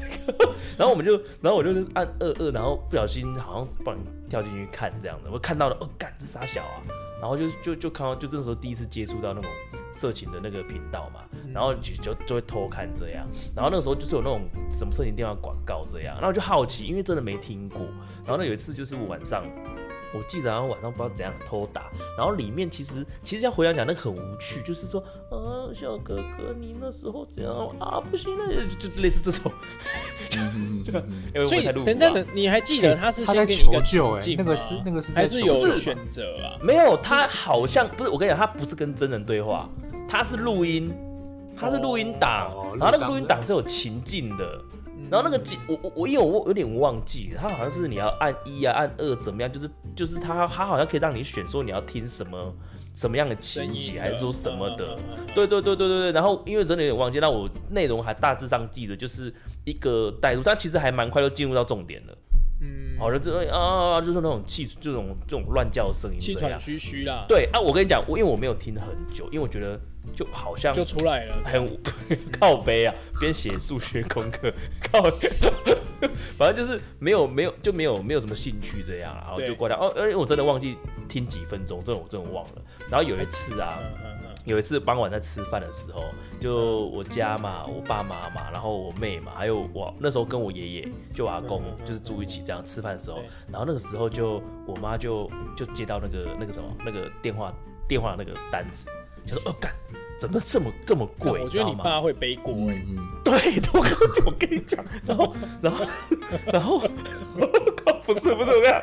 [SPEAKER 1] (laughs) 然后我们就，然后我就是按二二，然后不小心好像不然跳进去看这样的，我看到了，哦，干这傻小啊，然后就就就看到，就那时候第一次接触到那种色情的那个频道嘛，
[SPEAKER 3] 嗯
[SPEAKER 1] 然后就就就会偷看这样，然后那个时候就是有那种什么色情电话广告这样，然后我就好奇，因为真的没听过，然后呢有一次就是我晚上。我记得好像晚上不知道怎样偷打，然后里面其实其实要回想起来那个很无趣，就是说啊小哥哥你那时候怎样啊不行那就就类似这种，
[SPEAKER 2] 嗯
[SPEAKER 1] 因为
[SPEAKER 3] 所以
[SPEAKER 1] 太露骨
[SPEAKER 3] 等
[SPEAKER 1] 了
[SPEAKER 3] 等等，你还记得他是
[SPEAKER 4] 他
[SPEAKER 3] 先
[SPEAKER 4] 在
[SPEAKER 3] 给你一
[SPEAKER 4] 求
[SPEAKER 3] 个情
[SPEAKER 4] 救哎
[SPEAKER 3] 境
[SPEAKER 4] 那个
[SPEAKER 3] 吗
[SPEAKER 4] 是那个是在
[SPEAKER 3] 还是
[SPEAKER 4] 求
[SPEAKER 3] 有
[SPEAKER 4] 救吧
[SPEAKER 3] 选择啊？
[SPEAKER 1] 没有，他好像不是我跟你讲，他不是跟真人对话，他是录音，他是录音档，
[SPEAKER 4] 哦
[SPEAKER 1] 然后那
[SPEAKER 4] 录
[SPEAKER 1] 个
[SPEAKER 4] 档
[SPEAKER 1] 录音
[SPEAKER 4] 的
[SPEAKER 1] 档是有情境的。
[SPEAKER 3] 嗯
[SPEAKER 1] 然后那个情，我我我因为我有点忘记了，他好像就是你要按一啊，按二怎么样，就是就是他他好像可以让你选说你要听什么什么样的
[SPEAKER 3] 声
[SPEAKER 1] 情
[SPEAKER 3] 音
[SPEAKER 1] 节，
[SPEAKER 3] 的
[SPEAKER 1] 还是说什么的。，
[SPEAKER 3] 嗯嗯嗯
[SPEAKER 1] 对对对对对对，然后因为真的有点忘记，那我内容还大致上记得，就是一个带入，但其实还蛮快就进入到重点了。
[SPEAKER 3] 嗯，
[SPEAKER 1] 好、就这啊，就是那种气，这种这种乱叫声音
[SPEAKER 3] 气
[SPEAKER 1] 这样
[SPEAKER 3] 喘。吁吁啦，，
[SPEAKER 1] 对啊，我跟你讲，我因为我没有听很久，因为我觉得就好像
[SPEAKER 3] 就出来了。
[SPEAKER 1] 很 (laughs) 靠背啊，边写数学功课， (laughs) 靠，反正就是没有没有就没有没有什么兴趣这样啊，然后
[SPEAKER 3] 对
[SPEAKER 1] 就挂掉。哦，而且我真的忘记听几分钟，这种我真的忘了。然后有一次啊，
[SPEAKER 3] 嗯嗯嗯
[SPEAKER 1] 有一次傍晚在吃饭的时候，就我家嘛，我爸妈嘛，然后我妹嘛，还有我那时候跟我爷爷就我阿公
[SPEAKER 3] 嗯嗯嗯
[SPEAKER 1] 就是住一起这样吃饭的时候
[SPEAKER 3] 对，
[SPEAKER 1] 然后那个时候就我妈就就接到那个那个什么那个电话电话那个单子，就说哦干。怎么这么这么贵？
[SPEAKER 3] 我觉得你
[SPEAKER 1] 知道吗
[SPEAKER 3] 爸会背锅哎。
[SPEAKER 2] 嗯嗯，
[SPEAKER 1] 对，我跟我跟你讲，然后然后然后我靠，不是不是这样，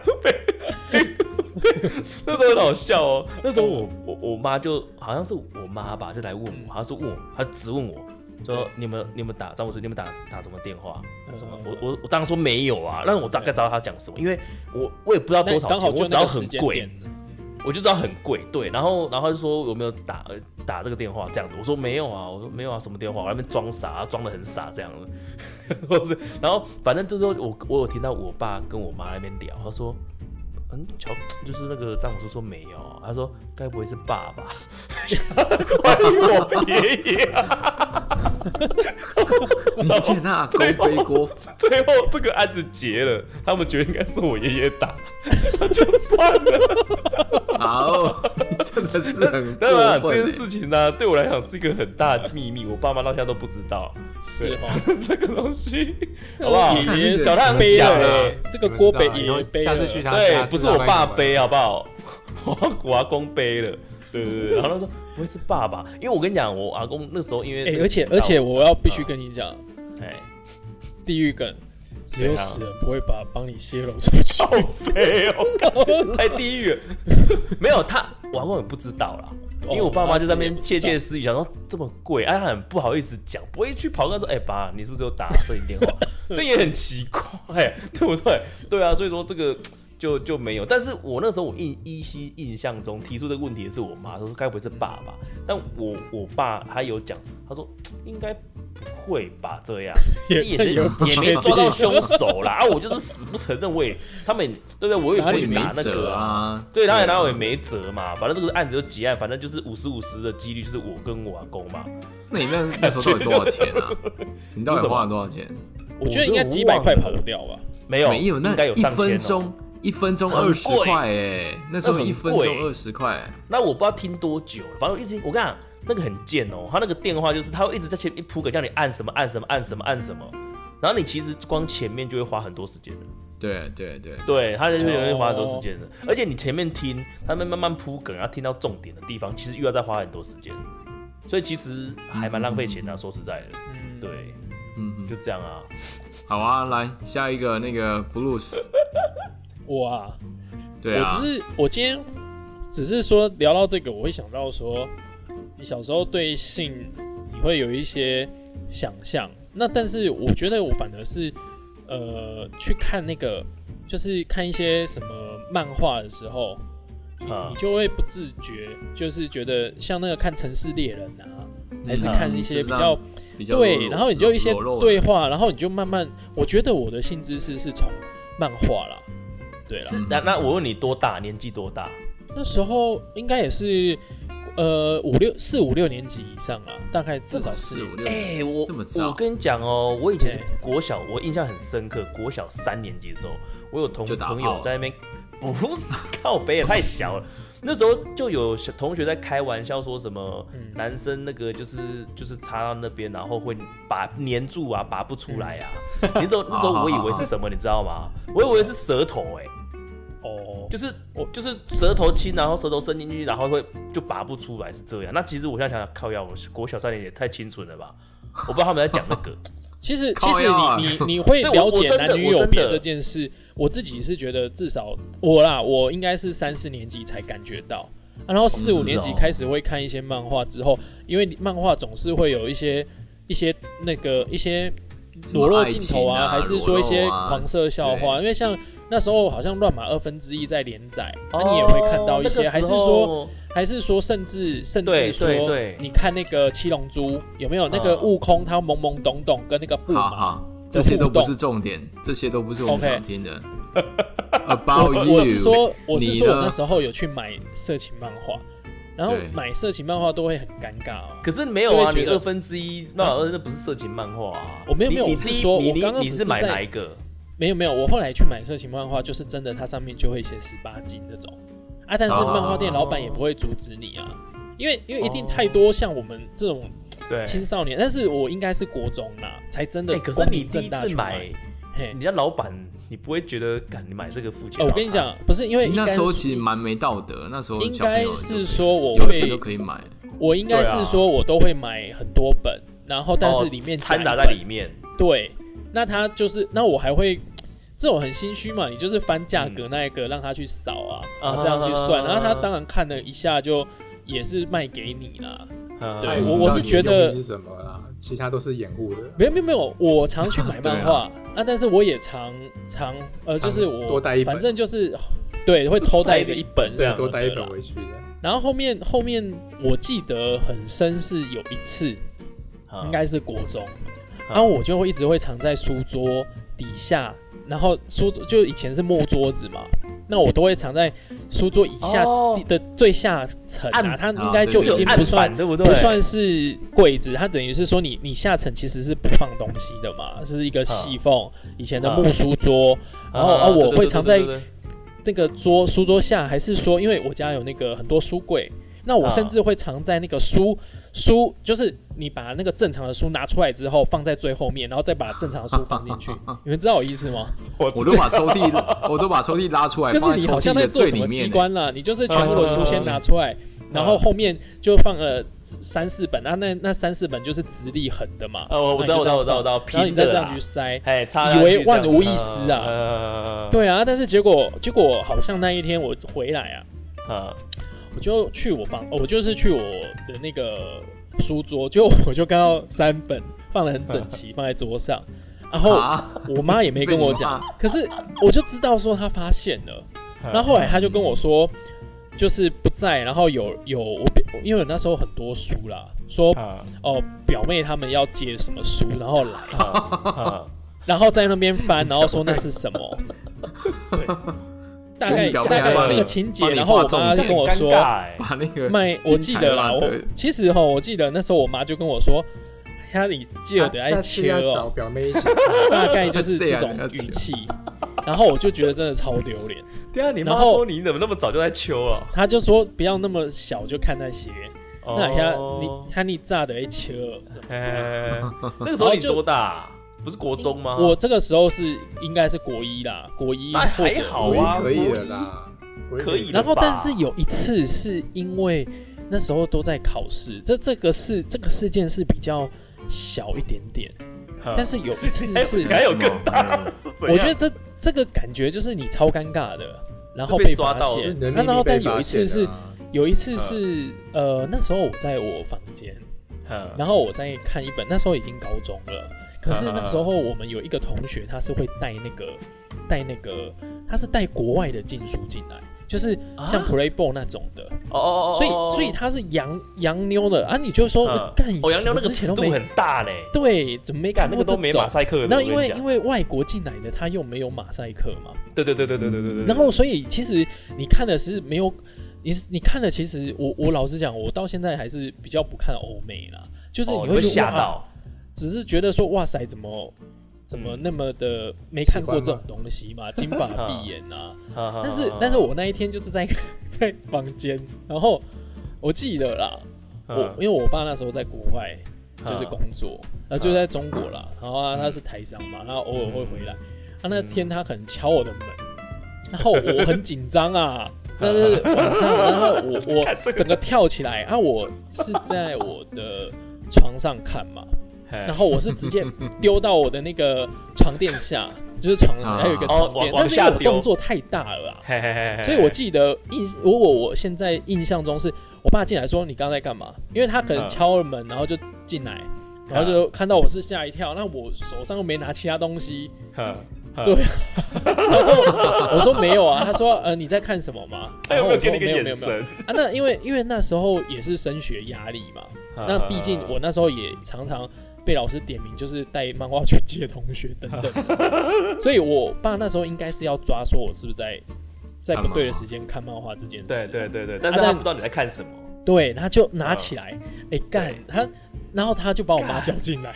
[SPEAKER 1] 那时候很好笑哦。那时候我我我妈就好像是我妈吧，就来问我，她说问我，她直问我。说你们你们打张博士，你们打打什么电话？什么？
[SPEAKER 3] 嗯
[SPEAKER 1] 我我我当然说没有啊，但是我大概知道她讲什么，因为我我也不知道
[SPEAKER 3] 那
[SPEAKER 1] 多少
[SPEAKER 3] 刚好
[SPEAKER 1] 钱，
[SPEAKER 3] 就
[SPEAKER 1] 我只
[SPEAKER 3] 那
[SPEAKER 1] 要
[SPEAKER 3] 个
[SPEAKER 1] 很
[SPEAKER 3] 时间
[SPEAKER 1] 贵
[SPEAKER 3] 点，
[SPEAKER 1] 我就知道很贵，对，然后然后他就说有没有打呃打这个电话这样子，我说没有啊，我说没有啊，什么电话，我在那边装傻，装的很傻这样子， (laughs) 或是然后反正这时候我我有听到我爸跟我妈那边聊，他说。嗯，乔就是那个詹姆斯说没有啊，他说该不会是爸爸？ (laughs) 怀疑我爷爷啊、
[SPEAKER 2] 你见那狗
[SPEAKER 1] 最后
[SPEAKER 2] 背
[SPEAKER 1] (laughs)
[SPEAKER 2] 锅，
[SPEAKER 1] 最后这个案子结了，他们觉得应该是我爷爷打，那就算了。
[SPEAKER 2] 好， (laughs) 你真的
[SPEAKER 1] (laughs)
[SPEAKER 2] 是很
[SPEAKER 1] 当然啊，
[SPEAKER 2] (laughs) 过
[SPEAKER 1] 这件
[SPEAKER 2] 分欸。
[SPEAKER 1] 事情呢、对我来讲是一个很大的秘密，我爸妈到现在都不知道。
[SPEAKER 3] 是
[SPEAKER 1] (laughs)
[SPEAKER 3] 哦。
[SPEAKER 1] 这个东西，好不好？
[SPEAKER 3] 爷爷
[SPEAKER 1] 小太阳
[SPEAKER 3] 背
[SPEAKER 1] 讲啊
[SPEAKER 3] 了
[SPEAKER 1] 了
[SPEAKER 3] 欸，，这个锅
[SPEAKER 4] 北
[SPEAKER 3] 背爷爷背
[SPEAKER 4] 下
[SPEAKER 3] 了
[SPEAKER 4] 次。去他家，
[SPEAKER 1] 对，不是我爸背，啊好不好？ (laughs) 我我阿公背了，对对对。然后他说不会是爸爸，因为我跟你讲，我阿公那时候因为
[SPEAKER 3] 哎，而且而且我要必须跟你讲，
[SPEAKER 1] 哎 (laughs)
[SPEAKER 3] 地狱
[SPEAKER 1] 啊
[SPEAKER 3] 梗，只有
[SPEAKER 1] 怎样
[SPEAKER 3] 死人不会把帮你泄露出去。
[SPEAKER 1] 好背
[SPEAKER 3] (laughs)
[SPEAKER 1] 哦，太地狱了。没有他，我阿公也不知道啦。因为我爸妈就在那
[SPEAKER 3] 哦
[SPEAKER 1] 边窃窃私语，想说这么贵，哎、他很不好意思讲，不会去跑跟他说，哎、爸，你是不是有打这一电话？ (laughs) 这也很奇怪，哎对不对？对啊，所以说这个就就没有。但是我那时候我印依稀印象中提出这个问题的是我妈，她说该不会是爸爸？但我我爸他有讲，他说应该不会吧，这样
[SPEAKER 3] 也
[SPEAKER 1] 也没
[SPEAKER 3] 也不
[SPEAKER 1] 也没
[SPEAKER 3] 确
[SPEAKER 1] 抓到
[SPEAKER 3] 定
[SPEAKER 1] 凶手啦。啊，我就是死不承认，我也他们对不对？我也不
[SPEAKER 2] 他
[SPEAKER 1] 会
[SPEAKER 2] 也
[SPEAKER 1] 去
[SPEAKER 2] 没
[SPEAKER 1] 打那
[SPEAKER 2] 辙
[SPEAKER 1] 个
[SPEAKER 2] 啊，
[SPEAKER 1] 对，他也拿我也没辙嘛，反正这个案子就结案，反正就是五十五十的几率就是我跟我阿公嘛。
[SPEAKER 2] 那你那那时候到底多少钱
[SPEAKER 1] (laughs)
[SPEAKER 2] 啊？你到底花了多少钱？
[SPEAKER 3] 哦我觉得应该几百块跑不掉吧。
[SPEAKER 1] 没有，
[SPEAKER 2] 没有，那
[SPEAKER 1] 应该有
[SPEAKER 2] 一
[SPEAKER 1] 上千、
[SPEAKER 2] 分
[SPEAKER 1] 哦。
[SPEAKER 2] 钟一分钟
[SPEAKER 1] 很
[SPEAKER 2] 二十
[SPEAKER 1] 贵
[SPEAKER 2] 块哎，那时候
[SPEAKER 1] 那很
[SPEAKER 2] 一分钟
[SPEAKER 1] 贵
[SPEAKER 2] 二十块，
[SPEAKER 1] 那我不知道听多久了，反正我一直我跟你讲，那个很贱哦，他那个电话就是他会一直在前面铺梗，叫你按什么按什么按什么按什么，然后你其实光前面就会花很多时间了。
[SPEAKER 2] 对对对，
[SPEAKER 1] 对，他就是容易花很多
[SPEAKER 3] 哦
[SPEAKER 1] 时间的，而且你前面听，他们慢慢铺梗，然后听到重点的地方，其实又要再花很多时间，所以其实还蛮浪费钱的、说实在的，
[SPEAKER 3] 嗯，
[SPEAKER 1] 对，
[SPEAKER 2] 嗯嗯，
[SPEAKER 1] 就这样啊。
[SPEAKER 2] 好啊，来下一个那个 Blues，
[SPEAKER 3] 我啊，
[SPEAKER 2] 对
[SPEAKER 3] 我
[SPEAKER 2] 啊，
[SPEAKER 3] 只是我今天只是说聊到这个，我会想到说，你小时候对性你会有一些想象，那但是我觉得我反而是呃去看那个，就是看一些什么漫画的时候，你
[SPEAKER 1] 啊
[SPEAKER 2] 嗯
[SPEAKER 3] 你就会不自觉，就是觉得像那个看《城市猎人》啊，还是
[SPEAKER 2] 嗯
[SPEAKER 3] 看一些
[SPEAKER 2] 就
[SPEAKER 3] 比
[SPEAKER 2] 是
[SPEAKER 3] 较
[SPEAKER 2] 比较
[SPEAKER 3] 对，
[SPEAKER 2] 裸
[SPEAKER 3] 然后你就一些
[SPEAKER 2] 裸露的
[SPEAKER 3] 对话，然后你就慢慢，我觉得我的性知识是从漫画啦，对啦，
[SPEAKER 1] 是啊那那我问你多大？年纪多大？
[SPEAKER 3] 那时候应该也是呃五六四五六年级以上啦，大概至少四
[SPEAKER 2] 四五六，
[SPEAKER 1] 哎、我
[SPEAKER 2] 这么早
[SPEAKER 1] 我跟你讲哦、我以前
[SPEAKER 3] 对
[SPEAKER 1] 国小，我印象很深刻，国小三年级的时候，我有同
[SPEAKER 2] 就打炮
[SPEAKER 1] 朋友在那边，不是 (laughs) 靠北也太小了。那时候就有小同学在开玩笑说什么
[SPEAKER 3] 嗯
[SPEAKER 1] 男生那个就是就是插到那边，然后会拔粘住啊，拔不出来啊。 (laughs) 你知道那时候我以为是
[SPEAKER 2] (laughs)
[SPEAKER 1] 什么，你知道吗？我以为是舌头哎、
[SPEAKER 3] 哦，
[SPEAKER 1] 就是我就是舌头亲，然后舌头伸进去，然后会就拔不出来，是这样。那其实我现在想想，靠呀，我是国小三年也太清纯了吧？我不知道他们在讲
[SPEAKER 3] (laughs)
[SPEAKER 1] 那个，
[SPEAKER 3] 其实
[SPEAKER 2] 靠
[SPEAKER 3] 其实
[SPEAKER 2] 腰啊
[SPEAKER 3] 你你你
[SPEAKER 2] (laughs)
[SPEAKER 3] 会
[SPEAKER 1] 对我
[SPEAKER 3] 了
[SPEAKER 1] 我
[SPEAKER 3] 解
[SPEAKER 1] 真的
[SPEAKER 3] 男女
[SPEAKER 1] 我
[SPEAKER 3] 有
[SPEAKER 1] 真
[SPEAKER 3] 别
[SPEAKER 1] 的
[SPEAKER 3] 这件事，我自己是觉得至少我啦，我应该是三四年级才感觉到。啊然后四
[SPEAKER 2] 是
[SPEAKER 3] 五年级
[SPEAKER 2] 哦
[SPEAKER 3] 开始会看一些漫画之后，因为漫画总是会有一些一些那个一些
[SPEAKER 2] 什么
[SPEAKER 3] 裸露
[SPEAKER 2] 爱
[SPEAKER 3] 镜
[SPEAKER 2] 情
[SPEAKER 3] 头
[SPEAKER 2] 啊
[SPEAKER 3] 还是说一些
[SPEAKER 2] 裸露啊
[SPEAKER 3] 黄色笑话？因为像那时候好像《乱马二分之一》在连载，那、
[SPEAKER 1] 哦
[SPEAKER 3] 你也会看到一些，
[SPEAKER 1] 那个时候
[SPEAKER 3] 还是说还是说甚至甚至
[SPEAKER 1] 对
[SPEAKER 3] 说
[SPEAKER 1] 对对
[SPEAKER 3] 你看那个《七龙珠》有没有那个
[SPEAKER 1] 嗯
[SPEAKER 3] 悟空他懵懵懂懂跟那个布
[SPEAKER 2] 好
[SPEAKER 3] 嘛？
[SPEAKER 2] 好，这些都不是重点，这些都不是我们
[SPEAKER 3] OK
[SPEAKER 1] (laughs)
[SPEAKER 2] 想听的。
[SPEAKER 3] (laughs) 我
[SPEAKER 2] About
[SPEAKER 3] 是
[SPEAKER 2] you，
[SPEAKER 3] 我是说，我是
[SPEAKER 2] 你
[SPEAKER 3] 说我
[SPEAKER 2] 呢
[SPEAKER 3] 那时候有去买色情漫画，然后
[SPEAKER 2] 对
[SPEAKER 3] 买色情漫画都会很尴尬哦。
[SPEAKER 1] 可是没有啊，
[SPEAKER 3] 就会
[SPEAKER 1] 你
[SPEAKER 3] 觉得
[SPEAKER 1] 二分之一，那二那不是色情漫画啊。
[SPEAKER 3] 我没有
[SPEAKER 1] 你
[SPEAKER 3] 没有
[SPEAKER 1] 你
[SPEAKER 3] 我是
[SPEAKER 1] 第一
[SPEAKER 3] 说
[SPEAKER 1] 你
[SPEAKER 3] 我
[SPEAKER 1] 你
[SPEAKER 3] 刚刚
[SPEAKER 1] 你
[SPEAKER 3] 只
[SPEAKER 1] 是
[SPEAKER 3] 是
[SPEAKER 1] 买
[SPEAKER 3] 在
[SPEAKER 1] 哪一个？
[SPEAKER 3] 没有没有，我后来去买色情漫画，就是真的，它上面就会写十八禁那种啊。但是
[SPEAKER 2] 哦
[SPEAKER 3] 漫画店老板也不会阻止你啊，因为因为一定太多像我们这种
[SPEAKER 1] 对，
[SPEAKER 3] 青少年，但是我应该是国中啦，才真的
[SPEAKER 1] 哎，可是
[SPEAKER 3] 光
[SPEAKER 1] 你
[SPEAKER 3] 明
[SPEAKER 1] 第
[SPEAKER 3] 正
[SPEAKER 1] 一
[SPEAKER 3] 大
[SPEAKER 1] 次
[SPEAKER 3] 去
[SPEAKER 1] 买
[SPEAKER 3] 买。，嘿
[SPEAKER 1] 你，家老板，你不会觉得，干你买这个付钱？哦
[SPEAKER 3] 呃我跟你，讲，不是因为
[SPEAKER 2] 其实那
[SPEAKER 3] 应该
[SPEAKER 2] 时候
[SPEAKER 3] 是
[SPEAKER 2] 其实蛮没道德，那时候
[SPEAKER 3] 应
[SPEAKER 2] 小朋
[SPEAKER 3] 该
[SPEAKER 2] 友
[SPEAKER 3] 是
[SPEAKER 2] 就
[SPEAKER 3] 说我
[SPEAKER 2] 有钱都
[SPEAKER 3] 会
[SPEAKER 2] 可以买，
[SPEAKER 3] 我应该
[SPEAKER 1] 对啊
[SPEAKER 3] 是说，我都会买很多本，然后但
[SPEAKER 1] 哦
[SPEAKER 3] 是里面
[SPEAKER 1] 掺杂
[SPEAKER 3] 夹一
[SPEAKER 1] 在
[SPEAKER 3] 本
[SPEAKER 1] 里面。
[SPEAKER 3] 对，那他就是，那我还会这种很心虚嘛，你就是翻价
[SPEAKER 4] 嗯
[SPEAKER 3] 格那一个让他去扫啊，
[SPEAKER 1] 啊
[SPEAKER 3] 啊这样去算，
[SPEAKER 1] 啊
[SPEAKER 3] 然后他当然看了一下就也是卖给你啦。
[SPEAKER 1] 嗯
[SPEAKER 3] 对
[SPEAKER 4] 他也
[SPEAKER 3] 我
[SPEAKER 4] 知道
[SPEAKER 3] 我是
[SPEAKER 4] 你的
[SPEAKER 3] 觉得
[SPEAKER 4] 用意是什么啦，其他都是掩护的。
[SPEAKER 3] 没有没有没有，我常去
[SPEAKER 1] (laughs)
[SPEAKER 3] 买
[SPEAKER 2] 对
[SPEAKER 3] 漫
[SPEAKER 2] 啊
[SPEAKER 3] 画啊，但是我也常常呃，
[SPEAKER 4] 常
[SPEAKER 3] 就是我
[SPEAKER 4] 多带一本
[SPEAKER 3] 反正就是对会偷带个一本
[SPEAKER 4] 对
[SPEAKER 3] 什
[SPEAKER 4] 啊，
[SPEAKER 3] 么
[SPEAKER 4] 多带一
[SPEAKER 3] 的啦
[SPEAKER 4] 本回去的。
[SPEAKER 3] 然后后面后面我记得很深是有一次，
[SPEAKER 1] 嗯
[SPEAKER 3] 应该是国中，然后我就会一直会藏在书桌底下，然后书桌就以前是木桌子嘛，那我都会藏在书桌以下
[SPEAKER 1] 哦
[SPEAKER 3] 地的最下层啊，
[SPEAKER 1] 案
[SPEAKER 3] 它
[SPEAKER 2] 啊
[SPEAKER 3] 应该
[SPEAKER 2] 对
[SPEAKER 3] 就
[SPEAKER 2] 对
[SPEAKER 3] 已
[SPEAKER 1] 就
[SPEAKER 3] 经
[SPEAKER 1] 有
[SPEAKER 3] 不
[SPEAKER 1] 案
[SPEAKER 3] 算
[SPEAKER 1] 板，对不对？
[SPEAKER 3] 不算是柜子，它等于是说你你下层其实是不放东西的嘛，是一
[SPEAKER 1] 嗯
[SPEAKER 3] 个细缝，以前的木书桌，
[SPEAKER 1] 啊。
[SPEAKER 3] 然后啊我
[SPEAKER 1] 对
[SPEAKER 3] 会藏在
[SPEAKER 1] 对对对对
[SPEAKER 3] 那个桌书桌下，还是说，因为我家有那个很多书柜，那我
[SPEAKER 1] 啊
[SPEAKER 3] 甚至会藏在那个书、书，就是你把那个正常的书拿出来之后，放在最后面，然后再把正常的书放进去。
[SPEAKER 1] (laughs)
[SPEAKER 3] 你们知道我意思吗？
[SPEAKER 2] 我都把抽
[SPEAKER 3] (laughs)
[SPEAKER 2] 屉，我都把抽屉拉出来，
[SPEAKER 3] 就
[SPEAKER 2] 放
[SPEAKER 3] 是
[SPEAKER 2] 在
[SPEAKER 3] 你
[SPEAKER 2] 抽
[SPEAKER 3] 好
[SPEAKER 2] 屉
[SPEAKER 3] 像
[SPEAKER 2] 的
[SPEAKER 3] 在
[SPEAKER 2] 最
[SPEAKER 3] 做什
[SPEAKER 2] 里
[SPEAKER 3] 么机
[SPEAKER 2] 面欸。
[SPEAKER 3] 关啦，你就是全部的书先拿出来，
[SPEAKER 1] 嗯
[SPEAKER 3] 然后后面就放了三四本啊，那那三四本就是直立横的嘛。
[SPEAKER 1] 哦我我知道
[SPEAKER 3] 那你就这样
[SPEAKER 1] 我知道我知道我知
[SPEAKER 3] 放
[SPEAKER 1] 道
[SPEAKER 3] 然后
[SPEAKER 1] 平
[SPEAKER 3] 你再
[SPEAKER 1] 的
[SPEAKER 3] 这
[SPEAKER 1] 啦
[SPEAKER 3] 样去塞，
[SPEAKER 1] 哎，插
[SPEAKER 3] 以
[SPEAKER 1] 下
[SPEAKER 3] 为
[SPEAKER 1] 去
[SPEAKER 3] 万
[SPEAKER 1] 这样
[SPEAKER 3] 无
[SPEAKER 1] 子
[SPEAKER 3] 一失啊
[SPEAKER 1] 呃，
[SPEAKER 3] 对啊，但是结果结果好像那一天我回来啊，
[SPEAKER 1] 啊，
[SPEAKER 3] 我就去我房，哦我就是去我的那个书桌，就我 (laughs) 就看到三本放的很
[SPEAKER 2] (laughs)
[SPEAKER 3] 整齐，放在桌上，然后
[SPEAKER 2] 啊，
[SPEAKER 3] 我妈也没跟我讲
[SPEAKER 2] 被你，嗯
[SPEAKER 3] 可是我就知道说她发现了，
[SPEAKER 1] 呃
[SPEAKER 3] 然后后来她就跟我说，就是不在，然后有有我表，因为我那时候很多书啦，说
[SPEAKER 1] 啊
[SPEAKER 2] 嗯
[SPEAKER 3] 哦、表妹他们要借什么书，然后来，
[SPEAKER 1] 啊啊，
[SPEAKER 3] 然后在那边翻，然后说那是
[SPEAKER 2] (laughs)
[SPEAKER 3] 什么，对，大概
[SPEAKER 2] 就表
[SPEAKER 1] 妹
[SPEAKER 3] 大概
[SPEAKER 1] 帮你
[SPEAKER 3] 那个情节
[SPEAKER 2] 帮，你
[SPEAKER 3] 然后我
[SPEAKER 2] 画重
[SPEAKER 3] 妈
[SPEAKER 2] 点
[SPEAKER 3] 就跟我说
[SPEAKER 1] 这很尴。尬哎
[SPEAKER 2] 把那个
[SPEAKER 3] 卖，我
[SPEAKER 2] 精
[SPEAKER 3] 记
[SPEAKER 2] 彩
[SPEAKER 3] 得
[SPEAKER 2] 的
[SPEAKER 3] 啦，
[SPEAKER 2] 拉
[SPEAKER 3] 我
[SPEAKER 2] 扯
[SPEAKER 3] 其实哈，我记得那时候我妈就跟我说，她你记得得
[SPEAKER 4] 啊下
[SPEAKER 3] 爱
[SPEAKER 4] 次
[SPEAKER 3] 切
[SPEAKER 4] 要找
[SPEAKER 3] 哦，
[SPEAKER 4] 表妹一起。
[SPEAKER 3] (laughs) 大概
[SPEAKER 4] (laughs)
[SPEAKER 3] 就是
[SPEAKER 2] 这
[SPEAKER 3] 这
[SPEAKER 2] 样
[SPEAKER 3] 种
[SPEAKER 2] 要
[SPEAKER 3] 语
[SPEAKER 2] 切
[SPEAKER 3] 气，然后我就觉得真的超丢脸，
[SPEAKER 1] 对啊，你妈
[SPEAKER 3] 然后
[SPEAKER 1] 说你怎么那么早就在秋啊了？
[SPEAKER 3] 她就说不要那么小就看那些，那一下
[SPEAKER 1] 哦
[SPEAKER 3] 你，她你炸得爱切哦，
[SPEAKER 1] 哎那个时候你多大？不是国中吗？
[SPEAKER 3] 我这个时候是应该是国一啦，国一
[SPEAKER 1] 那
[SPEAKER 3] 或
[SPEAKER 1] 还
[SPEAKER 3] 者
[SPEAKER 1] 好
[SPEAKER 4] 我
[SPEAKER 1] 啊，
[SPEAKER 4] 也可以了啦，我也
[SPEAKER 1] 可以了
[SPEAKER 3] 然后，
[SPEAKER 1] 吧
[SPEAKER 3] 但是有一次是因为那时候都在考试，这这个事这个事件是比较小一点点，
[SPEAKER 1] 哈。
[SPEAKER 3] 但是有一次
[SPEAKER 1] 嗯 (laughs) 哎
[SPEAKER 3] 是
[SPEAKER 1] 你还有更大
[SPEAKER 2] 什么
[SPEAKER 1] 的，是怎样
[SPEAKER 3] 我觉得这这个感觉就是你超尴尬的，然后
[SPEAKER 1] 是被
[SPEAKER 3] 发
[SPEAKER 1] 抓到嗯
[SPEAKER 4] 就是
[SPEAKER 3] 现
[SPEAKER 4] 你。的
[SPEAKER 3] 那
[SPEAKER 4] 秘
[SPEAKER 3] 然后
[SPEAKER 4] 密被
[SPEAKER 3] 但有
[SPEAKER 4] 发
[SPEAKER 3] 一次
[SPEAKER 4] 现
[SPEAKER 3] 是
[SPEAKER 4] 了啊。
[SPEAKER 3] 有一次是呃那时候我在我房间，
[SPEAKER 1] 哈
[SPEAKER 3] 然后我在看一本，那时候已经高中了，可是那时候我们有一个同学他是会带那个带那个他是带国外的禁书进来，就是
[SPEAKER 4] 啊
[SPEAKER 3] 像 Play b o y 那种的，
[SPEAKER 1] 啊哦哦哦，
[SPEAKER 3] 所以
[SPEAKER 1] 哦
[SPEAKER 3] 所以它是洋洋妞的啊，你就说
[SPEAKER 1] 嗯
[SPEAKER 3] 呃干
[SPEAKER 1] 哦，洋妞那个
[SPEAKER 3] 怎么之前
[SPEAKER 1] 尺
[SPEAKER 3] 都
[SPEAKER 1] 度
[SPEAKER 3] 没
[SPEAKER 1] 很大嘞，
[SPEAKER 3] 对，怎么没
[SPEAKER 1] 干
[SPEAKER 3] 看
[SPEAKER 1] 那
[SPEAKER 3] 过
[SPEAKER 1] 个
[SPEAKER 3] 这
[SPEAKER 1] 都
[SPEAKER 3] 种？
[SPEAKER 1] 没马赛克的，
[SPEAKER 3] 然后
[SPEAKER 1] 我
[SPEAKER 3] 因
[SPEAKER 1] 跟你
[SPEAKER 3] 为
[SPEAKER 1] 讲
[SPEAKER 3] 因为外国进来的他又没有马赛克嘛，
[SPEAKER 1] 对对对对对对对对，
[SPEAKER 3] 然后所以其实你看的是没有，你是你看的其实我我老实讲，我到现在还是比较不看欧美啦，就是
[SPEAKER 1] 哦你
[SPEAKER 3] 你
[SPEAKER 1] 会
[SPEAKER 3] 会觉得
[SPEAKER 1] 吓，
[SPEAKER 3] 哇
[SPEAKER 1] 到，
[SPEAKER 3] 只是觉得说哇塞，怎么怎么
[SPEAKER 1] 嗯
[SPEAKER 3] 那么的没看过这种东西嘛，金发
[SPEAKER 1] 嗯
[SPEAKER 3] 碧眼啊，但
[SPEAKER 1] 但
[SPEAKER 3] 是但是我那一天就是在 (laughs) 在房间，然后我记得啦，
[SPEAKER 1] 嗯
[SPEAKER 3] 我因为我爸那时候在国外就是工作，然后就
[SPEAKER 1] 嗯
[SPEAKER 3] 在中国啦，然后啊他是台商嘛，然后偶尔会回来。
[SPEAKER 1] 嗯
[SPEAKER 3] 他那天他可能敲我的门，然后我很紧张
[SPEAKER 1] (laughs)
[SPEAKER 3] 啊，但是晚上，然后我
[SPEAKER 1] 看这
[SPEAKER 3] 我
[SPEAKER 1] 个
[SPEAKER 3] 整个跳起来啊，我是在我的床上看嘛，然
[SPEAKER 1] 然
[SPEAKER 3] 后我是直接丢到我的那个床垫下，就是床
[SPEAKER 2] 啊
[SPEAKER 3] 还有一个床
[SPEAKER 1] 哦往
[SPEAKER 3] 垫，
[SPEAKER 1] 往
[SPEAKER 3] 但是因为
[SPEAKER 1] 下
[SPEAKER 3] 我
[SPEAKER 1] 丢
[SPEAKER 3] 动作太大了啦，啊
[SPEAKER 1] 嘿嘿嘿嘿，
[SPEAKER 3] 所以我记得印，如果我现在印象中是我爸进来说你刚才干嘛？因为他可能敲了门，然后就进来，然
[SPEAKER 1] 嗯
[SPEAKER 3] 后就看到我是吓一跳，那我手上又没拿其他
[SPEAKER 1] (laughs)
[SPEAKER 3] 东西，
[SPEAKER 1] 嗯嗯
[SPEAKER 3] 对。然后我说没有啊，他说呃你在看什么吗？
[SPEAKER 1] (laughs) 他
[SPEAKER 3] 然
[SPEAKER 1] 有
[SPEAKER 3] 后
[SPEAKER 1] 没有
[SPEAKER 3] 我
[SPEAKER 1] 给
[SPEAKER 3] 说
[SPEAKER 1] 你一个
[SPEAKER 3] 没有没
[SPEAKER 1] 眼
[SPEAKER 3] 有没有
[SPEAKER 1] 神？
[SPEAKER 3] 啊，那因为因为那时候也是升学压力
[SPEAKER 1] (laughs)
[SPEAKER 3] 嘛，那毕竟我那时候也常常被老师点名，就是带漫画去接同学等
[SPEAKER 1] (laughs)
[SPEAKER 3] 等，所以我爸那时候应该是要抓说我是不是在在不对的时间看漫画这件事。
[SPEAKER 1] 对对对对，但
[SPEAKER 3] 啊
[SPEAKER 1] 是他
[SPEAKER 3] 但
[SPEAKER 1] 不知道你在看什么，
[SPEAKER 3] 对，他就拿起
[SPEAKER 1] 啊
[SPEAKER 3] 来，哎干他，然后他就把我妈叫进
[SPEAKER 1] (laughs)
[SPEAKER 3] 来，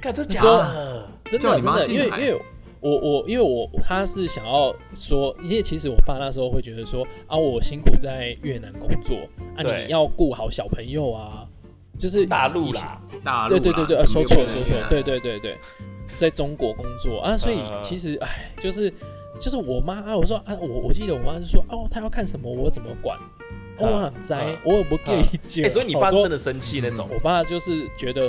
[SPEAKER 1] 看这
[SPEAKER 3] 你
[SPEAKER 1] 假
[SPEAKER 3] 说
[SPEAKER 1] 的，
[SPEAKER 3] 真
[SPEAKER 2] 叫
[SPEAKER 3] 的啊
[SPEAKER 2] 你
[SPEAKER 3] 真
[SPEAKER 2] 妈
[SPEAKER 3] 的，因为
[SPEAKER 2] 进来
[SPEAKER 3] 因为我我因为我他是想要说，因为其实我爸那时候会觉得说啊，我辛苦在越南工作啊，
[SPEAKER 1] 对
[SPEAKER 3] 你要顾好小朋友啊，就是
[SPEAKER 1] 大陆啦，
[SPEAKER 2] 大陆
[SPEAKER 3] 对
[SPEAKER 2] 啦
[SPEAKER 3] 对对对，呃
[SPEAKER 2] 怎么啊
[SPEAKER 3] 说
[SPEAKER 2] 又
[SPEAKER 3] 错了
[SPEAKER 2] 变
[SPEAKER 3] 说
[SPEAKER 2] 成
[SPEAKER 3] 错
[SPEAKER 2] 越
[SPEAKER 3] 了，
[SPEAKER 2] 南
[SPEAKER 3] 对对对对，在中国工作
[SPEAKER 1] (laughs)
[SPEAKER 3] 啊，所以
[SPEAKER 1] 啊呃
[SPEAKER 3] 其实哎，就是就是我妈啊，我说啊，我我记得我妈就说哦，她要看什么我怎么管，哦我很栽
[SPEAKER 1] 呃，
[SPEAKER 3] 我也不给意
[SPEAKER 1] 哎，
[SPEAKER 3] 见。啊
[SPEAKER 1] 所以你爸是
[SPEAKER 3] 我说
[SPEAKER 1] 真的生气那种
[SPEAKER 3] 我爸就是觉得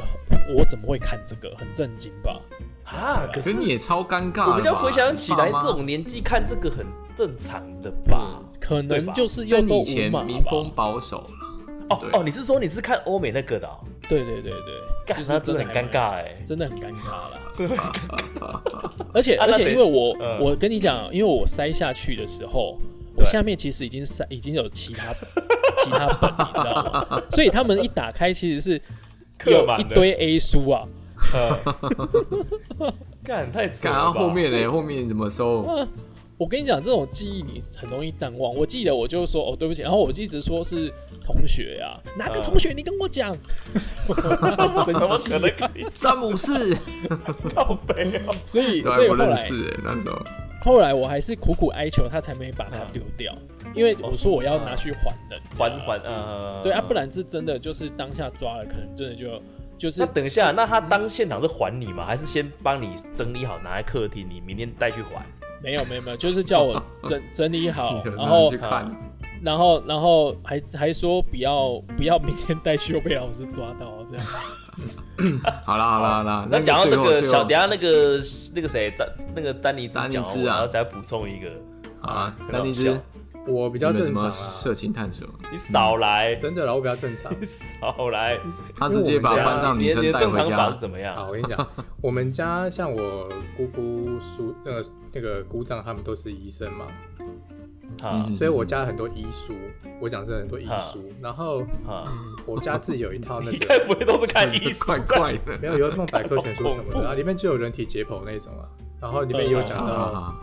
[SPEAKER 3] 我怎么会看这个，很震惊吧？
[SPEAKER 1] 啊？可
[SPEAKER 2] 可
[SPEAKER 1] 是
[SPEAKER 2] 是你也超尴尬的吧。
[SPEAKER 1] 我们要回想起来，
[SPEAKER 2] 爸妈
[SPEAKER 1] 这种年纪看这个很正常的吧？
[SPEAKER 3] 可
[SPEAKER 1] 对吧
[SPEAKER 3] 能就是又
[SPEAKER 2] 跟
[SPEAKER 3] 都
[SPEAKER 2] 以
[SPEAKER 3] 无
[SPEAKER 2] 前
[SPEAKER 3] 码
[SPEAKER 2] 民风
[SPEAKER 3] 吧。
[SPEAKER 2] 保守了，
[SPEAKER 1] 哦
[SPEAKER 2] 对
[SPEAKER 1] 哦，你是说你是看欧美那个的哦？
[SPEAKER 3] 对对对对，
[SPEAKER 1] 干
[SPEAKER 3] 就
[SPEAKER 1] 那
[SPEAKER 3] 是
[SPEAKER 1] 真的
[SPEAKER 3] 还
[SPEAKER 1] 很
[SPEAKER 3] 蛮
[SPEAKER 1] 尴，尬哎。
[SPEAKER 3] 真的很尴尬啦。
[SPEAKER 2] 啊
[SPEAKER 3] 而且
[SPEAKER 1] (laughs) 啊
[SPEAKER 3] 而
[SPEAKER 1] 那
[SPEAKER 3] 且，
[SPEAKER 1] 得
[SPEAKER 3] 因为我、
[SPEAKER 1] 呃
[SPEAKER 3] 我跟你讲，因为我塞下去的时候，
[SPEAKER 1] 对
[SPEAKER 3] 我下面其实已经塞已经有其他其他本，你知道吗？所以他们一打开其实是
[SPEAKER 1] (laughs) 刻
[SPEAKER 3] 有
[SPEAKER 1] 满
[SPEAKER 3] 一
[SPEAKER 1] 了
[SPEAKER 3] 堆 A 书啊，
[SPEAKER 1] 呃干太扯
[SPEAKER 2] 看
[SPEAKER 1] 了
[SPEAKER 2] 到
[SPEAKER 1] 吧。
[SPEAKER 2] 啊后面呢，后面怎么收？
[SPEAKER 3] (laughs) 啊，我跟你讲，这种记忆你很容易淡忘。我记得我就说哦，对不起，然后我一直说是同学啊，哪个同学？你跟我讲，我
[SPEAKER 1] (laughs) 怎么
[SPEAKER 3] 生
[SPEAKER 1] 可
[SPEAKER 3] 气
[SPEAKER 1] 能可以
[SPEAKER 2] 詹姆斯，
[SPEAKER 1] 靠背啊？
[SPEAKER 3] (laughs) 所以
[SPEAKER 2] 对，
[SPEAKER 3] 所以
[SPEAKER 2] 还不
[SPEAKER 3] 后
[SPEAKER 2] 认
[SPEAKER 3] 来哦
[SPEAKER 2] 识哎，那时候
[SPEAKER 3] 后来我还是苦苦哀求他，才没把它
[SPEAKER 1] 嗯
[SPEAKER 3] 丢掉，因为我说我要拿去还人家，
[SPEAKER 1] 缓
[SPEAKER 2] 哦
[SPEAKER 1] 缓呃，
[SPEAKER 3] 对啊，不然是真的就是当下抓了，可能真的就就是
[SPEAKER 1] 那等一下，那他当现场是还你吗？还是先帮你整理好拿在客厅，你明天带去还？
[SPEAKER 3] 没有没有没有，就是叫我整
[SPEAKER 2] (laughs)
[SPEAKER 3] 整理好，
[SPEAKER 2] 有人
[SPEAKER 3] 然后
[SPEAKER 2] 去看，
[SPEAKER 3] 然后然后还还说不要不要明天带去又被老师抓到这样。
[SPEAKER 2] 好啦好啦好啦，
[SPEAKER 1] 那
[SPEAKER 2] 个
[SPEAKER 1] 讲到
[SPEAKER 2] 最
[SPEAKER 1] 这
[SPEAKER 2] 后
[SPEAKER 1] 个
[SPEAKER 2] 最后
[SPEAKER 1] 小，等一下那个那个谁，丹那个丹尼兹
[SPEAKER 2] 丹尼
[SPEAKER 1] 讲
[SPEAKER 2] 兹
[SPEAKER 1] 完，
[SPEAKER 2] 啊
[SPEAKER 1] 然后再补充一个
[SPEAKER 2] 啊，
[SPEAKER 1] 很
[SPEAKER 2] 那
[SPEAKER 1] 好
[SPEAKER 2] 你
[SPEAKER 1] 笑
[SPEAKER 2] 是
[SPEAKER 4] 我比
[SPEAKER 2] 比
[SPEAKER 4] 较正
[SPEAKER 2] 什么
[SPEAKER 4] 常啦，
[SPEAKER 2] 色情探索？
[SPEAKER 1] 你少来，
[SPEAKER 4] 真的啦，我比较
[SPEAKER 1] (laughs)
[SPEAKER 4] 正常。
[SPEAKER 1] 你少来，
[SPEAKER 2] 他直接把
[SPEAKER 4] 因为我们
[SPEAKER 2] 班
[SPEAKER 4] 家
[SPEAKER 2] 上
[SPEAKER 1] 你
[SPEAKER 2] 女
[SPEAKER 1] 的你
[SPEAKER 2] 生
[SPEAKER 1] 的
[SPEAKER 2] 带
[SPEAKER 1] 正
[SPEAKER 2] 回
[SPEAKER 1] 常法
[SPEAKER 2] 家
[SPEAKER 1] 是，怎么样？
[SPEAKER 4] 好，我跟你讲，我们家像我姑姑、叔、那个那个姑丈他们都是医生嘛，
[SPEAKER 1] 啊
[SPEAKER 2] 嗯
[SPEAKER 4] 所以我家很多医书。我讲真的很多医书，然后嗯
[SPEAKER 1] 啊，
[SPEAKER 4] 我家自己有一套
[SPEAKER 1] (laughs)
[SPEAKER 4] 那
[SPEAKER 1] 你该
[SPEAKER 4] 个，
[SPEAKER 1] 不会都是看医生
[SPEAKER 2] (laughs) 怪怪的
[SPEAKER 4] 没有有那种百科全书什
[SPEAKER 1] 好
[SPEAKER 4] 么
[SPEAKER 1] 恐怖
[SPEAKER 4] 的，然后里面就有人体解剖那种啊，然后里面也有讲到，
[SPEAKER 2] 啊，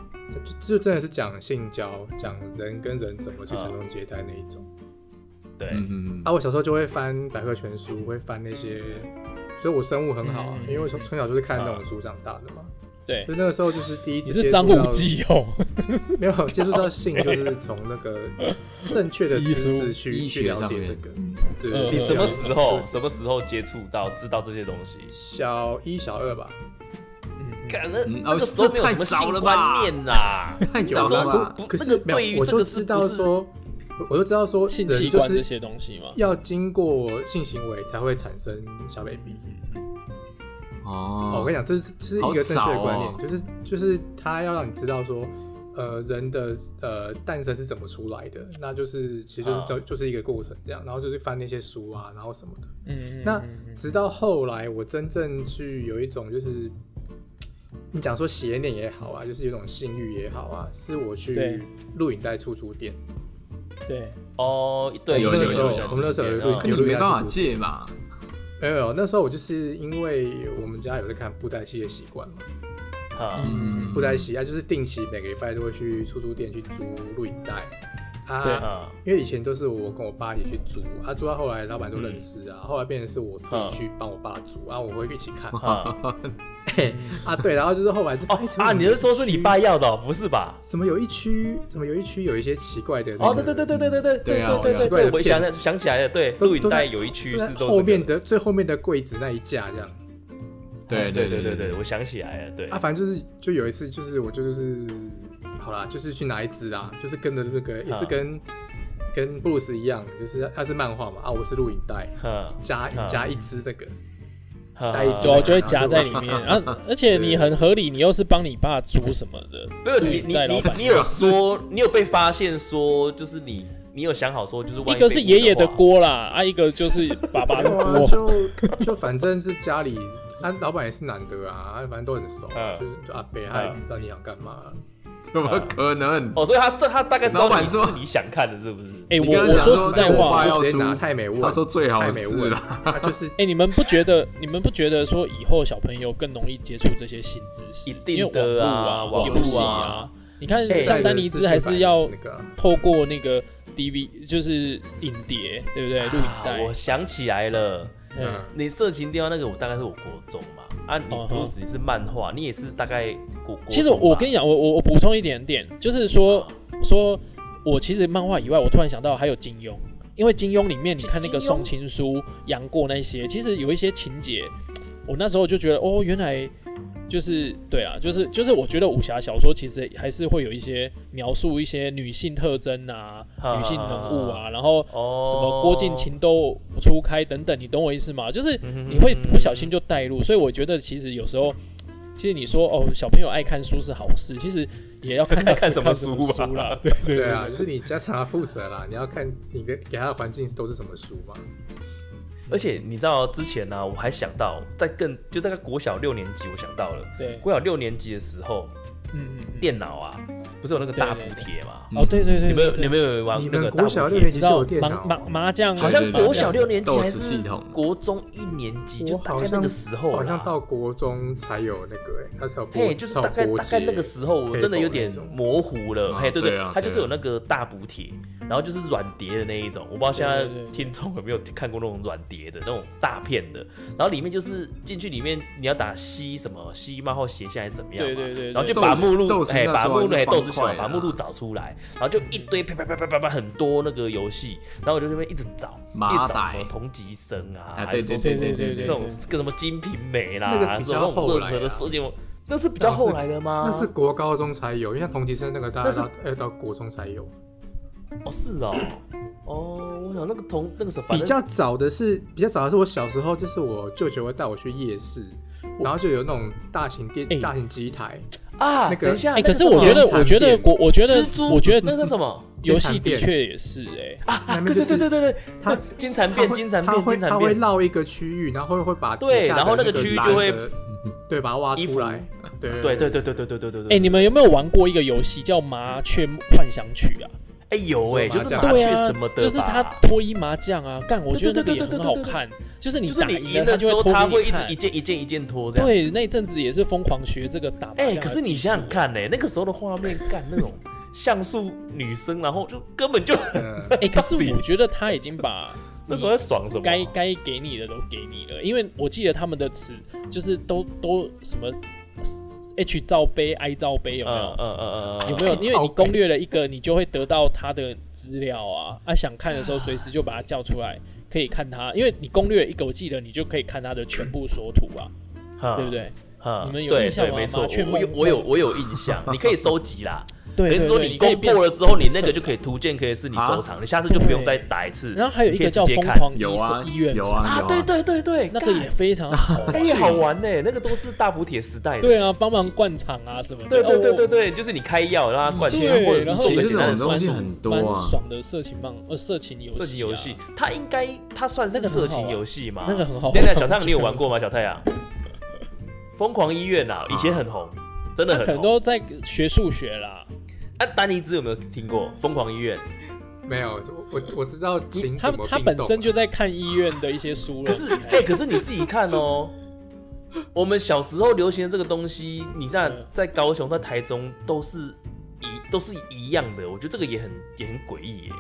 [SPEAKER 4] 就就真的是讲性交，讲人跟人怎么
[SPEAKER 3] 嗯
[SPEAKER 4] 去传宗接代那一种。
[SPEAKER 1] 对，
[SPEAKER 2] 嗯嗯
[SPEAKER 4] 啊，我小时候就会翻百科全书，会翻那些，所以我生物很好啊，
[SPEAKER 3] 嗯
[SPEAKER 4] 因为我从从小就是看那种书长大的嘛，
[SPEAKER 3] 对
[SPEAKER 4] 所，以那个时候就是第一
[SPEAKER 3] 你
[SPEAKER 4] 次接
[SPEAKER 3] 是
[SPEAKER 4] 触
[SPEAKER 3] 张
[SPEAKER 4] 到
[SPEAKER 3] 无忌哦，
[SPEAKER 4] 没有接触到性，就是从那个正确的知识
[SPEAKER 2] 嗯，
[SPEAKER 4] 去
[SPEAKER 2] 医
[SPEAKER 4] 去
[SPEAKER 2] 学
[SPEAKER 4] 了
[SPEAKER 2] 上
[SPEAKER 4] 解
[SPEAKER 2] 面
[SPEAKER 4] 这个。
[SPEAKER 2] 嗯
[SPEAKER 4] 对，
[SPEAKER 3] 嗯
[SPEAKER 4] 对
[SPEAKER 1] 你什么时候
[SPEAKER 4] 对
[SPEAKER 1] 什么时候接触到知道这些东西？
[SPEAKER 4] 小一、小二吧，
[SPEAKER 1] 感那
[SPEAKER 2] 嗯
[SPEAKER 1] 那
[SPEAKER 2] 哦
[SPEAKER 1] 个时候
[SPEAKER 2] 这
[SPEAKER 1] 没有
[SPEAKER 2] 太
[SPEAKER 1] 什么
[SPEAKER 2] 早
[SPEAKER 1] 性
[SPEAKER 2] 了
[SPEAKER 1] 观
[SPEAKER 2] 吧
[SPEAKER 1] 念啦，
[SPEAKER 2] 太
[SPEAKER 1] 那
[SPEAKER 2] 早
[SPEAKER 1] 时
[SPEAKER 2] 了
[SPEAKER 1] 候
[SPEAKER 2] 吧哦
[SPEAKER 1] 是？不
[SPEAKER 4] 可
[SPEAKER 1] 那
[SPEAKER 4] 是
[SPEAKER 1] 个
[SPEAKER 4] 没有
[SPEAKER 1] 对于
[SPEAKER 4] 我
[SPEAKER 1] 这个
[SPEAKER 4] 就是知
[SPEAKER 1] 不
[SPEAKER 4] 道
[SPEAKER 1] 是
[SPEAKER 4] 说，我我就知道说，
[SPEAKER 3] 性器
[SPEAKER 4] 人就
[SPEAKER 3] 官这
[SPEAKER 4] 是
[SPEAKER 3] 些东西嘛。
[SPEAKER 4] 要经过性行为才会产生小 baby。哦，我
[SPEAKER 2] 哦
[SPEAKER 4] 跟你，讲，这是这是一个正确的观念，
[SPEAKER 2] 好早哦
[SPEAKER 4] 就是就是他要让你知道说，呃，人的呃诞生是怎么出来的，那就是其实就是这、就是一个过程这样，然后就是翻那些书啊，然后什么的。
[SPEAKER 3] 嗯，嗯
[SPEAKER 4] 那
[SPEAKER 3] 嗯嗯
[SPEAKER 4] 直到后来，我真正去有一种就是，你讲说邪念也好啊，就是有一种性欲也好啊，是我去
[SPEAKER 3] 对
[SPEAKER 4] 录影带出租店，
[SPEAKER 3] 对，
[SPEAKER 1] 哦，对，
[SPEAKER 2] 有
[SPEAKER 1] 那个
[SPEAKER 2] 有
[SPEAKER 1] 时候
[SPEAKER 2] 有
[SPEAKER 1] 有
[SPEAKER 4] 我们那时候有一
[SPEAKER 1] 对
[SPEAKER 4] 对
[SPEAKER 1] 啊
[SPEAKER 2] 可
[SPEAKER 4] 有
[SPEAKER 2] 你
[SPEAKER 4] 录
[SPEAKER 2] 没
[SPEAKER 4] 音
[SPEAKER 2] 办法
[SPEAKER 4] 是主
[SPEAKER 2] 借嘛？
[SPEAKER 4] 没有没有，那时候我就是因为我们家有在看布袋戏的习惯嘛，
[SPEAKER 1] 哈
[SPEAKER 2] 嗯，
[SPEAKER 4] 布袋戏啊，就是定期每个礼拜都会去出租店去租录影带
[SPEAKER 3] 对
[SPEAKER 4] 啊。
[SPEAKER 1] 啊
[SPEAKER 4] 因为以前都是我跟我爸一起去租啊，租到后来老板都认
[SPEAKER 1] 嗯
[SPEAKER 4] 识啊，后来变成是我自己去帮我爸租啊，我会一起看
[SPEAKER 1] 啊
[SPEAKER 4] (laughs) 啊。对，然后就是后来就
[SPEAKER 1] 哦
[SPEAKER 4] 哎怎么
[SPEAKER 1] 啊！
[SPEAKER 4] 有
[SPEAKER 1] 你
[SPEAKER 4] 一
[SPEAKER 1] 是说是你
[SPEAKER 4] 区
[SPEAKER 1] 爸要的哦，不是吧？
[SPEAKER 4] 怎么有一区，怎么有一区有一些奇怪的那
[SPEAKER 1] 哦，
[SPEAKER 4] 个
[SPEAKER 1] 对对对对对对对
[SPEAKER 2] 对
[SPEAKER 1] 对
[SPEAKER 2] 啊
[SPEAKER 1] 对
[SPEAKER 4] 奇
[SPEAKER 1] 对
[SPEAKER 4] 怪
[SPEAKER 1] 对，
[SPEAKER 4] 的
[SPEAKER 1] 我想
[SPEAKER 4] 片
[SPEAKER 1] 想起来了，对，
[SPEAKER 4] 都
[SPEAKER 1] 录影
[SPEAKER 4] 都在
[SPEAKER 1] 带有一区
[SPEAKER 4] 都在
[SPEAKER 1] 是都
[SPEAKER 4] 后面
[SPEAKER 1] 那个
[SPEAKER 4] 的最后面的柜子那一架这样
[SPEAKER 2] (laughs)
[SPEAKER 1] (laughs)
[SPEAKER 2] 对
[SPEAKER 1] 对
[SPEAKER 2] 对
[SPEAKER 1] 对对，我想起来了，对
[SPEAKER 4] 啊，反正就是就有一次，就是我就是好啦，就是去拿一只啊，就是跟着那个也是跟、跟布鲁斯一样，就是他是漫画嘛啊，我是录影带，
[SPEAKER 1] 哼
[SPEAKER 4] 加
[SPEAKER 1] 嗯
[SPEAKER 4] 加一只那个，
[SPEAKER 1] 哼
[SPEAKER 4] 带一
[SPEAKER 1] 哼
[SPEAKER 4] 只
[SPEAKER 3] 对啊，
[SPEAKER 4] 来看
[SPEAKER 3] 就会夹在里面。啊，而且你很合理，你又是帮你爸租什么的，
[SPEAKER 1] 没有你你
[SPEAKER 3] 带老
[SPEAKER 1] 你
[SPEAKER 3] 板
[SPEAKER 1] 你有说你有被发现说就是你你有想好说就是万
[SPEAKER 3] 一个是
[SPEAKER 1] 被
[SPEAKER 3] 爷爷的
[SPEAKER 1] 话，
[SPEAKER 3] 锅啦，啊，一个就是爸爸
[SPEAKER 4] 没
[SPEAKER 3] 的
[SPEAKER 4] 有啊，
[SPEAKER 3] 锅。
[SPEAKER 4] (laughs) 就就反正是家里，啊，老板也是男的啊，啊反正都很熟，
[SPEAKER 1] 嗯
[SPEAKER 4] 就是就阿北他也知道你想干嘛，
[SPEAKER 2] 怎么可能？
[SPEAKER 1] 哦，所以他这他大概知道
[SPEAKER 2] 老板
[SPEAKER 1] 你
[SPEAKER 2] 说
[SPEAKER 1] 是你想看的是不是？
[SPEAKER 3] 哎、
[SPEAKER 2] 你
[SPEAKER 3] 我
[SPEAKER 2] 刚
[SPEAKER 4] 刚
[SPEAKER 3] 我
[SPEAKER 4] 讲
[SPEAKER 3] 说
[SPEAKER 4] 说
[SPEAKER 3] 实在
[SPEAKER 4] 这个
[SPEAKER 2] 我
[SPEAKER 3] 话
[SPEAKER 2] 爸，
[SPEAKER 4] 就
[SPEAKER 2] 要
[SPEAKER 4] 直接
[SPEAKER 2] 租
[SPEAKER 4] 拿太美味，
[SPEAKER 2] 他说最好
[SPEAKER 4] 太美
[SPEAKER 2] 是啊
[SPEAKER 4] 味
[SPEAKER 2] 啦，
[SPEAKER 4] 了，他就是
[SPEAKER 3] 哎、你们不觉得你们不觉得说以后小朋友更容易接触这些新知识？
[SPEAKER 1] 一定
[SPEAKER 3] 因为
[SPEAKER 1] 的啊
[SPEAKER 3] 网
[SPEAKER 1] 网
[SPEAKER 3] 络游戏
[SPEAKER 1] 络
[SPEAKER 3] 啊
[SPEAKER 1] 啊，
[SPEAKER 3] 你看
[SPEAKER 1] 现在
[SPEAKER 3] 像
[SPEAKER 1] 的
[SPEAKER 3] 丹尼兹还是要
[SPEAKER 4] 那个啊
[SPEAKER 3] 透过那个 DV，就是影碟，对不对？录影
[SPEAKER 1] 啊
[SPEAKER 3] 带，
[SPEAKER 1] 我想起来了，
[SPEAKER 3] 嗯
[SPEAKER 4] 嗯，
[SPEAKER 1] 你色情电话那个我大概是我国中嘛，啊，你
[SPEAKER 3] 嗯哼
[SPEAKER 1] Bruce 你是漫画，你也是大概国国
[SPEAKER 3] 其实
[SPEAKER 1] 中吧
[SPEAKER 3] 我跟你讲，我我我补充一点点，就是说说，我其实漫画以外，我突然想到还有金庸，因为金庸里面你看那个
[SPEAKER 1] 金庸
[SPEAKER 3] 宋青书、杨过那些，其实有一些情节，我那时候就觉得哦，原来就是对啊，就是就是我觉得武侠小说其实还是会有一些描述一些女性特征啊、
[SPEAKER 1] 啊
[SPEAKER 3] 女性人物啊，然后
[SPEAKER 1] 哦
[SPEAKER 3] 什么郭靖情窦初开等等，你懂我意思吗？就是
[SPEAKER 1] 嗯哼
[SPEAKER 3] 你会不小心就带入，所以我觉得其实有时候，其实你说哦，小朋友爱看书是好事，其实也要看他
[SPEAKER 1] 看
[SPEAKER 3] 什
[SPEAKER 1] 什
[SPEAKER 3] 么
[SPEAKER 1] 么
[SPEAKER 3] 书
[SPEAKER 1] 书吧 (laughs)
[SPEAKER 3] 啦，对对
[SPEAKER 4] 对啊，就是你家长要负责啦，你要看你给给他的环境都是什么书嘛。
[SPEAKER 1] 而且你知道之前呢、我还想到在更就大概国小六年级，我想到了
[SPEAKER 3] 对，
[SPEAKER 1] 国小六年级的时候，
[SPEAKER 3] 嗯嗯嗯，
[SPEAKER 1] 电脑啊不是有那个大补贴嘛？
[SPEAKER 3] 哦对对对，
[SPEAKER 1] 你们有
[SPEAKER 3] 对
[SPEAKER 1] 你们有玩
[SPEAKER 4] 你
[SPEAKER 1] 那个
[SPEAKER 4] 们
[SPEAKER 1] 大
[SPEAKER 4] 国小
[SPEAKER 1] 补
[SPEAKER 4] 六
[SPEAKER 1] 贴吗？
[SPEAKER 4] 年级
[SPEAKER 3] 知
[SPEAKER 4] 就
[SPEAKER 3] 道
[SPEAKER 4] 有电
[SPEAKER 3] 麻
[SPEAKER 4] 脑
[SPEAKER 3] 麻麻将
[SPEAKER 1] 好像
[SPEAKER 2] 对对对
[SPEAKER 1] 国小六年级还
[SPEAKER 2] 斗士
[SPEAKER 1] 是
[SPEAKER 2] 系统
[SPEAKER 1] 国中一年级，就
[SPEAKER 4] 我
[SPEAKER 1] 大
[SPEAKER 4] 好
[SPEAKER 1] 概
[SPEAKER 4] 像
[SPEAKER 1] 那个时候啦
[SPEAKER 4] 好像到国中才有那个、欸，他才有播，
[SPEAKER 1] 嘿，就是
[SPEAKER 4] 才有
[SPEAKER 1] 大概
[SPEAKER 4] 播
[SPEAKER 1] 大概
[SPEAKER 4] 节
[SPEAKER 1] 那个时候，我真的有点
[SPEAKER 4] cable 那种
[SPEAKER 1] 模糊了。
[SPEAKER 2] 啊
[SPEAKER 1] 嘿，对
[SPEAKER 2] 对啊
[SPEAKER 1] 它就是
[SPEAKER 2] 对啊
[SPEAKER 1] 有那个大补贴，然后就是软碟的那一种。我不知道现
[SPEAKER 3] 对
[SPEAKER 1] 在
[SPEAKER 3] 对对对
[SPEAKER 1] 听众有没有看过那种软碟的那种大片的，然后里面就是进去里面你要打西什么西冒号斜下来怎么样嘛
[SPEAKER 3] 对对对对
[SPEAKER 1] 然后就把目录
[SPEAKER 2] 豆豉
[SPEAKER 1] 哎
[SPEAKER 2] 豆豉那时
[SPEAKER 1] 把
[SPEAKER 2] 候
[SPEAKER 1] 目录
[SPEAKER 2] 还是
[SPEAKER 1] 哎豆
[SPEAKER 2] 方
[SPEAKER 1] 豉小
[SPEAKER 2] 块的啊
[SPEAKER 1] 把目录找出来，然后就一堆啪啪啪啪啪啪很多那个游戏，然后我就在那边一直找，一
[SPEAKER 2] 马
[SPEAKER 1] 直找什么
[SPEAKER 2] 仔
[SPEAKER 1] 同级生啊，还
[SPEAKER 2] 啊，对
[SPEAKER 1] 是说
[SPEAKER 2] 对
[SPEAKER 1] 什
[SPEAKER 2] 对
[SPEAKER 1] 么
[SPEAKER 2] 对
[SPEAKER 1] 那
[SPEAKER 2] 对对，
[SPEAKER 1] 种跟什么《金瓶梅》啦，
[SPEAKER 4] 那个比
[SPEAKER 1] 什
[SPEAKER 4] 较
[SPEAKER 1] 么
[SPEAKER 4] 后来
[SPEAKER 1] 那
[SPEAKER 4] 啊
[SPEAKER 1] 种热的色情，那是比
[SPEAKER 3] 哦
[SPEAKER 1] 较后来的吗？
[SPEAKER 4] 那是国高中才有，因为同级生那个大
[SPEAKER 1] 啊那
[SPEAKER 4] 概
[SPEAKER 1] 是
[SPEAKER 4] 到要到国中才有。
[SPEAKER 1] 哦，是哦，哦，我想那个同那个时候，反
[SPEAKER 4] 比
[SPEAKER 1] 正
[SPEAKER 4] 较早的是比较早的是我小时候，就是我舅舅会带我去夜市，然后就有那种大型电、
[SPEAKER 3] 哎
[SPEAKER 4] 大型机 (laughs) 台，
[SPEAKER 1] 啊，
[SPEAKER 4] 那个
[SPEAKER 1] 等一下，
[SPEAKER 3] 哎，
[SPEAKER 1] 那
[SPEAKER 3] 可
[SPEAKER 1] 个
[SPEAKER 3] 是
[SPEAKER 1] 什么
[SPEAKER 3] 我觉得
[SPEAKER 4] 那个什么
[SPEAKER 3] 我觉得
[SPEAKER 4] 产
[SPEAKER 3] 国我觉得
[SPEAKER 1] 蜘蛛，
[SPEAKER 3] 我觉
[SPEAKER 1] 那
[SPEAKER 3] 得嗯
[SPEAKER 1] 个什么
[SPEAKER 3] 游戏
[SPEAKER 4] 产
[SPEAKER 3] 的
[SPEAKER 4] 店
[SPEAKER 3] 确也是哎，
[SPEAKER 1] 啊，
[SPEAKER 4] 那边
[SPEAKER 1] 对
[SPEAKER 4] 就
[SPEAKER 1] 对
[SPEAKER 4] 是
[SPEAKER 1] 对对对对，
[SPEAKER 4] 它
[SPEAKER 1] 那金蝉变金蝉
[SPEAKER 4] 它
[SPEAKER 1] 变
[SPEAKER 4] 会
[SPEAKER 1] 金
[SPEAKER 4] 它
[SPEAKER 1] 蝉
[SPEAKER 4] 会
[SPEAKER 1] 变，
[SPEAKER 4] 绕一个区域，然后会会把
[SPEAKER 1] 对
[SPEAKER 4] 底下的
[SPEAKER 1] 然后那个
[SPEAKER 4] 个
[SPEAKER 1] 区域
[SPEAKER 4] 蓝
[SPEAKER 1] 就会嗯
[SPEAKER 4] 的对把它挖
[SPEAKER 1] 衣
[SPEAKER 4] 出
[SPEAKER 1] 服
[SPEAKER 4] 来，对
[SPEAKER 1] 对对对对对对对对对，
[SPEAKER 3] 哎，你们有没有玩过一个游戏叫《麻雀幻想曲》啊？
[SPEAKER 1] 哎有哎，就是麻
[SPEAKER 3] 对
[SPEAKER 1] 雀
[SPEAKER 3] 啊
[SPEAKER 1] 什么，的，
[SPEAKER 3] 就是他脱衣麻将啊，干，我觉得那个
[SPEAKER 1] 对对
[SPEAKER 3] 也
[SPEAKER 1] 对对
[SPEAKER 3] 很
[SPEAKER 1] 对
[SPEAKER 3] 好
[SPEAKER 1] 对对
[SPEAKER 3] 看，就是你
[SPEAKER 1] 就是
[SPEAKER 3] 打
[SPEAKER 1] 你
[SPEAKER 3] 赢
[SPEAKER 1] 赢
[SPEAKER 3] 了，他
[SPEAKER 1] 了
[SPEAKER 3] 就
[SPEAKER 1] 之后，
[SPEAKER 3] 脱
[SPEAKER 1] 他
[SPEAKER 3] 给
[SPEAKER 1] 会
[SPEAKER 3] 你
[SPEAKER 1] 一直
[SPEAKER 3] 看
[SPEAKER 1] 一。件一件一件脱这样。
[SPEAKER 3] 对，那一阵子也是疯狂学这个打麻将
[SPEAKER 1] 哎、
[SPEAKER 3] 的技术。
[SPEAKER 1] 可是你想想看呢、哎那个时候的画面，干那种像素女生，然后就根本就
[SPEAKER 4] 嗯
[SPEAKER 3] 哎、可是
[SPEAKER 1] 到底
[SPEAKER 3] 我觉得他已经把
[SPEAKER 1] 那时候在爽什么、
[SPEAKER 3] 该该给你的都给你了，因为我记得他们的词就是都都什么 H 罩杯、I 罩杯有没有
[SPEAKER 1] 嗯？嗯嗯嗯，
[SPEAKER 3] 有没有？因为
[SPEAKER 4] 罩
[SPEAKER 3] 你
[SPEAKER 4] 杯
[SPEAKER 3] 攻略了一个，你就会得到他的资料啊，啊，想看的时候随时就把它叫出来，可以看他，因为你攻略一个，我记得你就可以看他的全部所图啊，
[SPEAKER 1] 嗯
[SPEAKER 3] 对不？对？
[SPEAKER 1] 嗯
[SPEAKER 3] 你们有
[SPEAKER 1] 对
[SPEAKER 3] 印象
[SPEAKER 1] 对
[SPEAKER 3] 吗
[SPEAKER 1] 没错
[SPEAKER 3] 麻雀，
[SPEAKER 1] 我有
[SPEAKER 3] 梦
[SPEAKER 1] 我有我有印
[SPEAKER 3] (laughs)
[SPEAKER 1] 象，你可以收集啦。等于
[SPEAKER 3] 对对对，
[SPEAKER 1] 说你
[SPEAKER 3] 可以
[SPEAKER 1] 攻
[SPEAKER 3] 变
[SPEAKER 1] 破了
[SPEAKER 3] (laughs)
[SPEAKER 1] 之后，你那
[SPEAKER 3] 成
[SPEAKER 1] 个就可以图鉴可以是你
[SPEAKER 2] 啊
[SPEAKER 1] 收藏，你下次就不用再打一次。
[SPEAKER 3] 然后还有一
[SPEAKER 1] 你可以
[SPEAKER 3] 个叫
[SPEAKER 1] 直
[SPEAKER 3] 疯
[SPEAKER 1] 接看
[SPEAKER 3] 狂医
[SPEAKER 2] 有啊
[SPEAKER 3] 生医院
[SPEAKER 2] 有啊
[SPEAKER 1] 啊，对对对对，
[SPEAKER 3] 那个也
[SPEAKER 1] 干
[SPEAKER 3] 非常
[SPEAKER 1] (laughs)
[SPEAKER 3] 好
[SPEAKER 1] 哎也好玩呢、那个都是大补铁时代的。
[SPEAKER 3] 对啊，帮忙灌肠啊什么的。
[SPEAKER 1] 对对对对
[SPEAKER 3] 哦，嗯
[SPEAKER 1] 对，就是你开药让它灌
[SPEAKER 3] 对
[SPEAKER 1] 血，或者
[SPEAKER 3] 然
[SPEAKER 1] 是
[SPEAKER 3] 后
[SPEAKER 1] 做个
[SPEAKER 2] 其实
[SPEAKER 1] 简单
[SPEAKER 2] 这
[SPEAKER 1] 的
[SPEAKER 2] 种
[SPEAKER 1] 手
[SPEAKER 2] 东西
[SPEAKER 1] 术。
[SPEAKER 2] 很多
[SPEAKER 3] 蛮
[SPEAKER 2] 啊，
[SPEAKER 3] 爽的色情漫呃色情游戏、啊，
[SPEAKER 1] 射击游戏，，它应该它算是
[SPEAKER 3] 那个很好
[SPEAKER 1] 色
[SPEAKER 3] 玩
[SPEAKER 1] 情游戏吗？
[SPEAKER 3] 那个很好玩
[SPEAKER 1] 等一下，小太阳你有玩过吗？小太
[SPEAKER 3] (laughs)
[SPEAKER 1] 阳，疯狂医院啊，以前很红，真的
[SPEAKER 3] 可
[SPEAKER 1] 很红。
[SPEAKER 3] 能都在学数学啦。
[SPEAKER 1] 啊，丹尼兹有没有听过疯狂医院？
[SPEAKER 4] 没有，我我我知道情
[SPEAKER 3] 他
[SPEAKER 4] 怎么
[SPEAKER 3] 他
[SPEAKER 4] 病
[SPEAKER 3] 本
[SPEAKER 4] 动
[SPEAKER 3] 身
[SPEAKER 4] 啊
[SPEAKER 3] 就在看医院的一些书了。
[SPEAKER 1] 可是
[SPEAKER 3] 你看
[SPEAKER 1] 哎、可是你自己看哦、我们小时候流行的这个东西，你在
[SPEAKER 3] 嗯
[SPEAKER 1] 在高雄、在台中都是一都是一样的，我觉得这个也很也很诡异耶。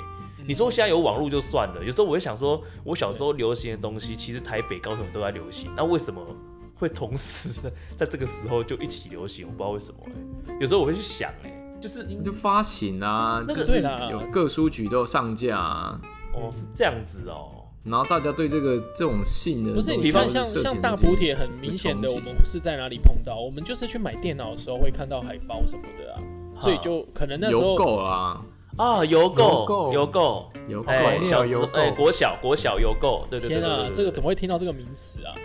[SPEAKER 1] 你说现在有网络就算了，有时候我会想说，我小时候流行的东西，其实台北、高雄都在流行，那为什么会同时 (laughs) 在这个时候就一起流行？我不知道为什么哎、有时候我会去想哎、就是
[SPEAKER 2] 就发行啊，
[SPEAKER 1] 那个
[SPEAKER 2] 就是
[SPEAKER 3] 对啦
[SPEAKER 2] 有各书局都有上架啊，
[SPEAKER 1] 哦是这样子哦、
[SPEAKER 2] 然后大家对这个这种性的
[SPEAKER 3] 不
[SPEAKER 2] 东
[SPEAKER 3] 是
[SPEAKER 2] 西，
[SPEAKER 3] 你看像
[SPEAKER 2] 或者色情
[SPEAKER 3] 像
[SPEAKER 2] 的
[SPEAKER 3] 大
[SPEAKER 2] 东西
[SPEAKER 3] 补铁，很明显的，
[SPEAKER 2] 憧憬
[SPEAKER 3] 我们是在哪里碰到？我们就是去买电脑的时候会看到海报什么的啊，所以就可能那时
[SPEAKER 2] 邮
[SPEAKER 3] 候
[SPEAKER 2] 购啊，
[SPEAKER 1] 啊，邮
[SPEAKER 4] 邮
[SPEAKER 1] 购，
[SPEAKER 4] 购
[SPEAKER 1] 邮购，
[SPEAKER 2] 邮购
[SPEAKER 1] 哎，
[SPEAKER 4] 一定
[SPEAKER 1] 小
[SPEAKER 4] 要
[SPEAKER 1] 时
[SPEAKER 4] 邮
[SPEAKER 1] 候
[SPEAKER 4] 购
[SPEAKER 1] 哎，国小国小邮购，对对对
[SPEAKER 3] 天
[SPEAKER 1] 对对
[SPEAKER 3] 啊，
[SPEAKER 1] 对
[SPEAKER 3] 这个怎
[SPEAKER 1] 么
[SPEAKER 3] 么会听到这个名词啊？ (laughs)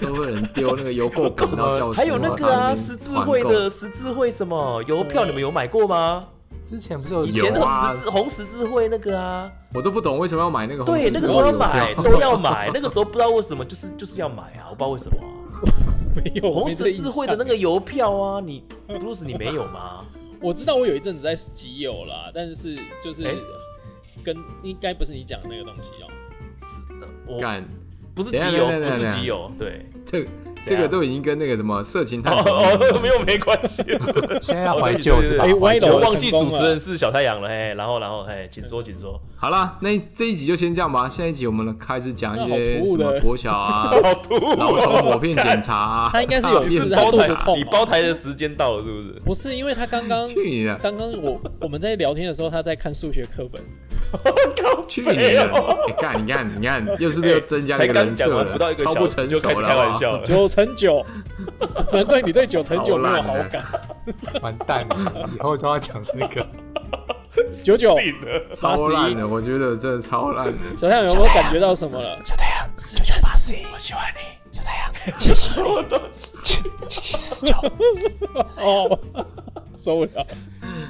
[SPEAKER 2] 都会有人丢那个邮购
[SPEAKER 1] (laughs)
[SPEAKER 2] 纸到教室，
[SPEAKER 1] 还有那个
[SPEAKER 2] 然
[SPEAKER 1] 啊，
[SPEAKER 2] 后
[SPEAKER 1] 十字
[SPEAKER 2] 团购
[SPEAKER 1] 会的十字会什么邮票，你们有买过吗？
[SPEAKER 4] 之前不是有
[SPEAKER 1] 以
[SPEAKER 2] 有
[SPEAKER 1] 前
[SPEAKER 2] 啊
[SPEAKER 1] 红十字红十字会那个啊，
[SPEAKER 2] 我都不懂为什么要买那个红
[SPEAKER 1] 对，
[SPEAKER 2] 十
[SPEAKER 1] 那
[SPEAKER 2] 字
[SPEAKER 1] 个
[SPEAKER 2] 会
[SPEAKER 1] 都要
[SPEAKER 2] 邮
[SPEAKER 1] 买，
[SPEAKER 2] 票
[SPEAKER 1] 都要买。那个时候不知道为什么，就是就是要买啊，我不知道为什么啊。
[SPEAKER 3] 没有
[SPEAKER 1] 红
[SPEAKER 3] 没这
[SPEAKER 1] 十
[SPEAKER 3] 印
[SPEAKER 1] 字会的那
[SPEAKER 3] 象
[SPEAKER 1] 个邮票啊，你 Bruce 你没有吗？
[SPEAKER 3] 我知道我有一阵子在集邮啦，但是就是
[SPEAKER 1] 哎
[SPEAKER 3] 跟应该不是你讲的那个东西哦、
[SPEAKER 1] 我
[SPEAKER 2] (laughs) 干，
[SPEAKER 1] 不是
[SPEAKER 2] 等一下
[SPEAKER 1] 集邮，
[SPEAKER 2] 等一下
[SPEAKER 1] 不是
[SPEAKER 2] 等一下
[SPEAKER 1] 集邮，对。啊
[SPEAKER 2] 这个这个都已经跟那个什么色情
[SPEAKER 1] 哦
[SPEAKER 2] 探索一
[SPEAKER 1] (laughs) 哦，
[SPEAKER 2] 样
[SPEAKER 1] 没有没关系。
[SPEAKER 4] 现在要怀旧是吧？
[SPEAKER 1] 哦对对对对
[SPEAKER 3] 哎歪
[SPEAKER 1] 我
[SPEAKER 3] 楼
[SPEAKER 1] 忘记
[SPEAKER 3] 成功
[SPEAKER 1] 主
[SPEAKER 3] 了
[SPEAKER 1] 持人是小太阳了，嘿，然后然后嘿，请说请说。
[SPEAKER 2] 好啦，那这一集就先这样吧。下一集我们开始讲一些什
[SPEAKER 3] 那好突兀
[SPEAKER 2] 么
[SPEAKER 3] 的
[SPEAKER 2] 国小啊、
[SPEAKER 1] (laughs) 好突兀哦
[SPEAKER 2] 老虫抹片检查啊，
[SPEAKER 3] 他应该是有
[SPEAKER 1] 你
[SPEAKER 3] 事
[SPEAKER 1] 是
[SPEAKER 3] 他
[SPEAKER 1] 包
[SPEAKER 3] 肚
[SPEAKER 1] 台
[SPEAKER 3] 子痛
[SPEAKER 1] 你
[SPEAKER 3] 啊
[SPEAKER 1] 包台的时间到了是不 (laughs) 是？
[SPEAKER 3] 不是因为他刚
[SPEAKER 2] (laughs)
[SPEAKER 3] 刚
[SPEAKER 2] 去你的，
[SPEAKER 3] 刚刚我我们在聊天的时候，他在看数学课本，
[SPEAKER 2] 去你的！哎干，你看，你看，又是不是又增加
[SPEAKER 1] 才
[SPEAKER 2] 了一个
[SPEAKER 1] 刚
[SPEAKER 2] 人
[SPEAKER 1] 讲
[SPEAKER 2] 设
[SPEAKER 1] 完不到
[SPEAKER 2] 了？
[SPEAKER 1] 一个
[SPEAKER 2] 超不
[SPEAKER 1] 小时
[SPEAKER 2] 成
[SPEAKER 1] 就
[SPEAKER 2] 熟
[SPEAKER 1] 开始
[SPEAKER 2] 了，
[SPEAKER 1] 开玩
[SPEAKER 2] 好不好
[SPEAKER 1] 笑了。 (laughs)
[SPEAKER 3] 九乘九， (laughs) 难怪你对九乘九没有好
[SPEAKER 2] 超烂的
[SPEAKER 3] 感。
[SPEAKER 4] 完蛋了， (laughs) 以后都要讲这个。
[SPEAKER 3] 九九，
[SPEAKER 1] 定了
[SPEAKER 2] 超
[SPEAKER 3] 八十
[SPEAKER 2] 烂
[SPEAKER 3] 一，
[SPEAKER 2] 的，我觉得真的超烂的。
[SPEAKER 3] 小太阳有没有感觉到什么了？
[SPEAKER 1] (laughs) 我喜欢你， (laughs)
[SPEAKER 3] 哦， (laughs) 受不了。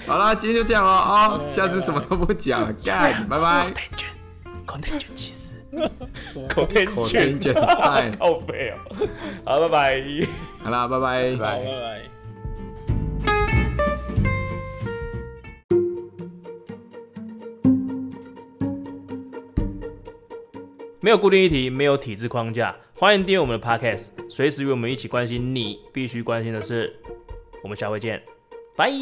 [SPEAKER 2] 好啦，今天就这样了啊，下次什么都不讲，干，拜
[SPEAKER 1] (laughs)
[SPEAKER 2] 拜。
[SPEAKER 1] 口袋卷其实
[SPEAKER 3] 什么
[SPEAKER 1] 口袋
[SPEAKER 2] 口天
[SPEAKER 1] 卷
[SPEAKER 2] 卷赛，
[SPEAKER 1] 靠背哦。好，拜拜。
[SPEAKER 2] 好啦，拜拜。
[SPEAKER 4] 拜
[SPEAKER 3] 好，拜拜。
[SPEAKER 1] 没有固定议题，没有体制框架，欢迎订阅我们的 Podcast，随时与我们一起关心你必须关心的事。我们下回见，拜。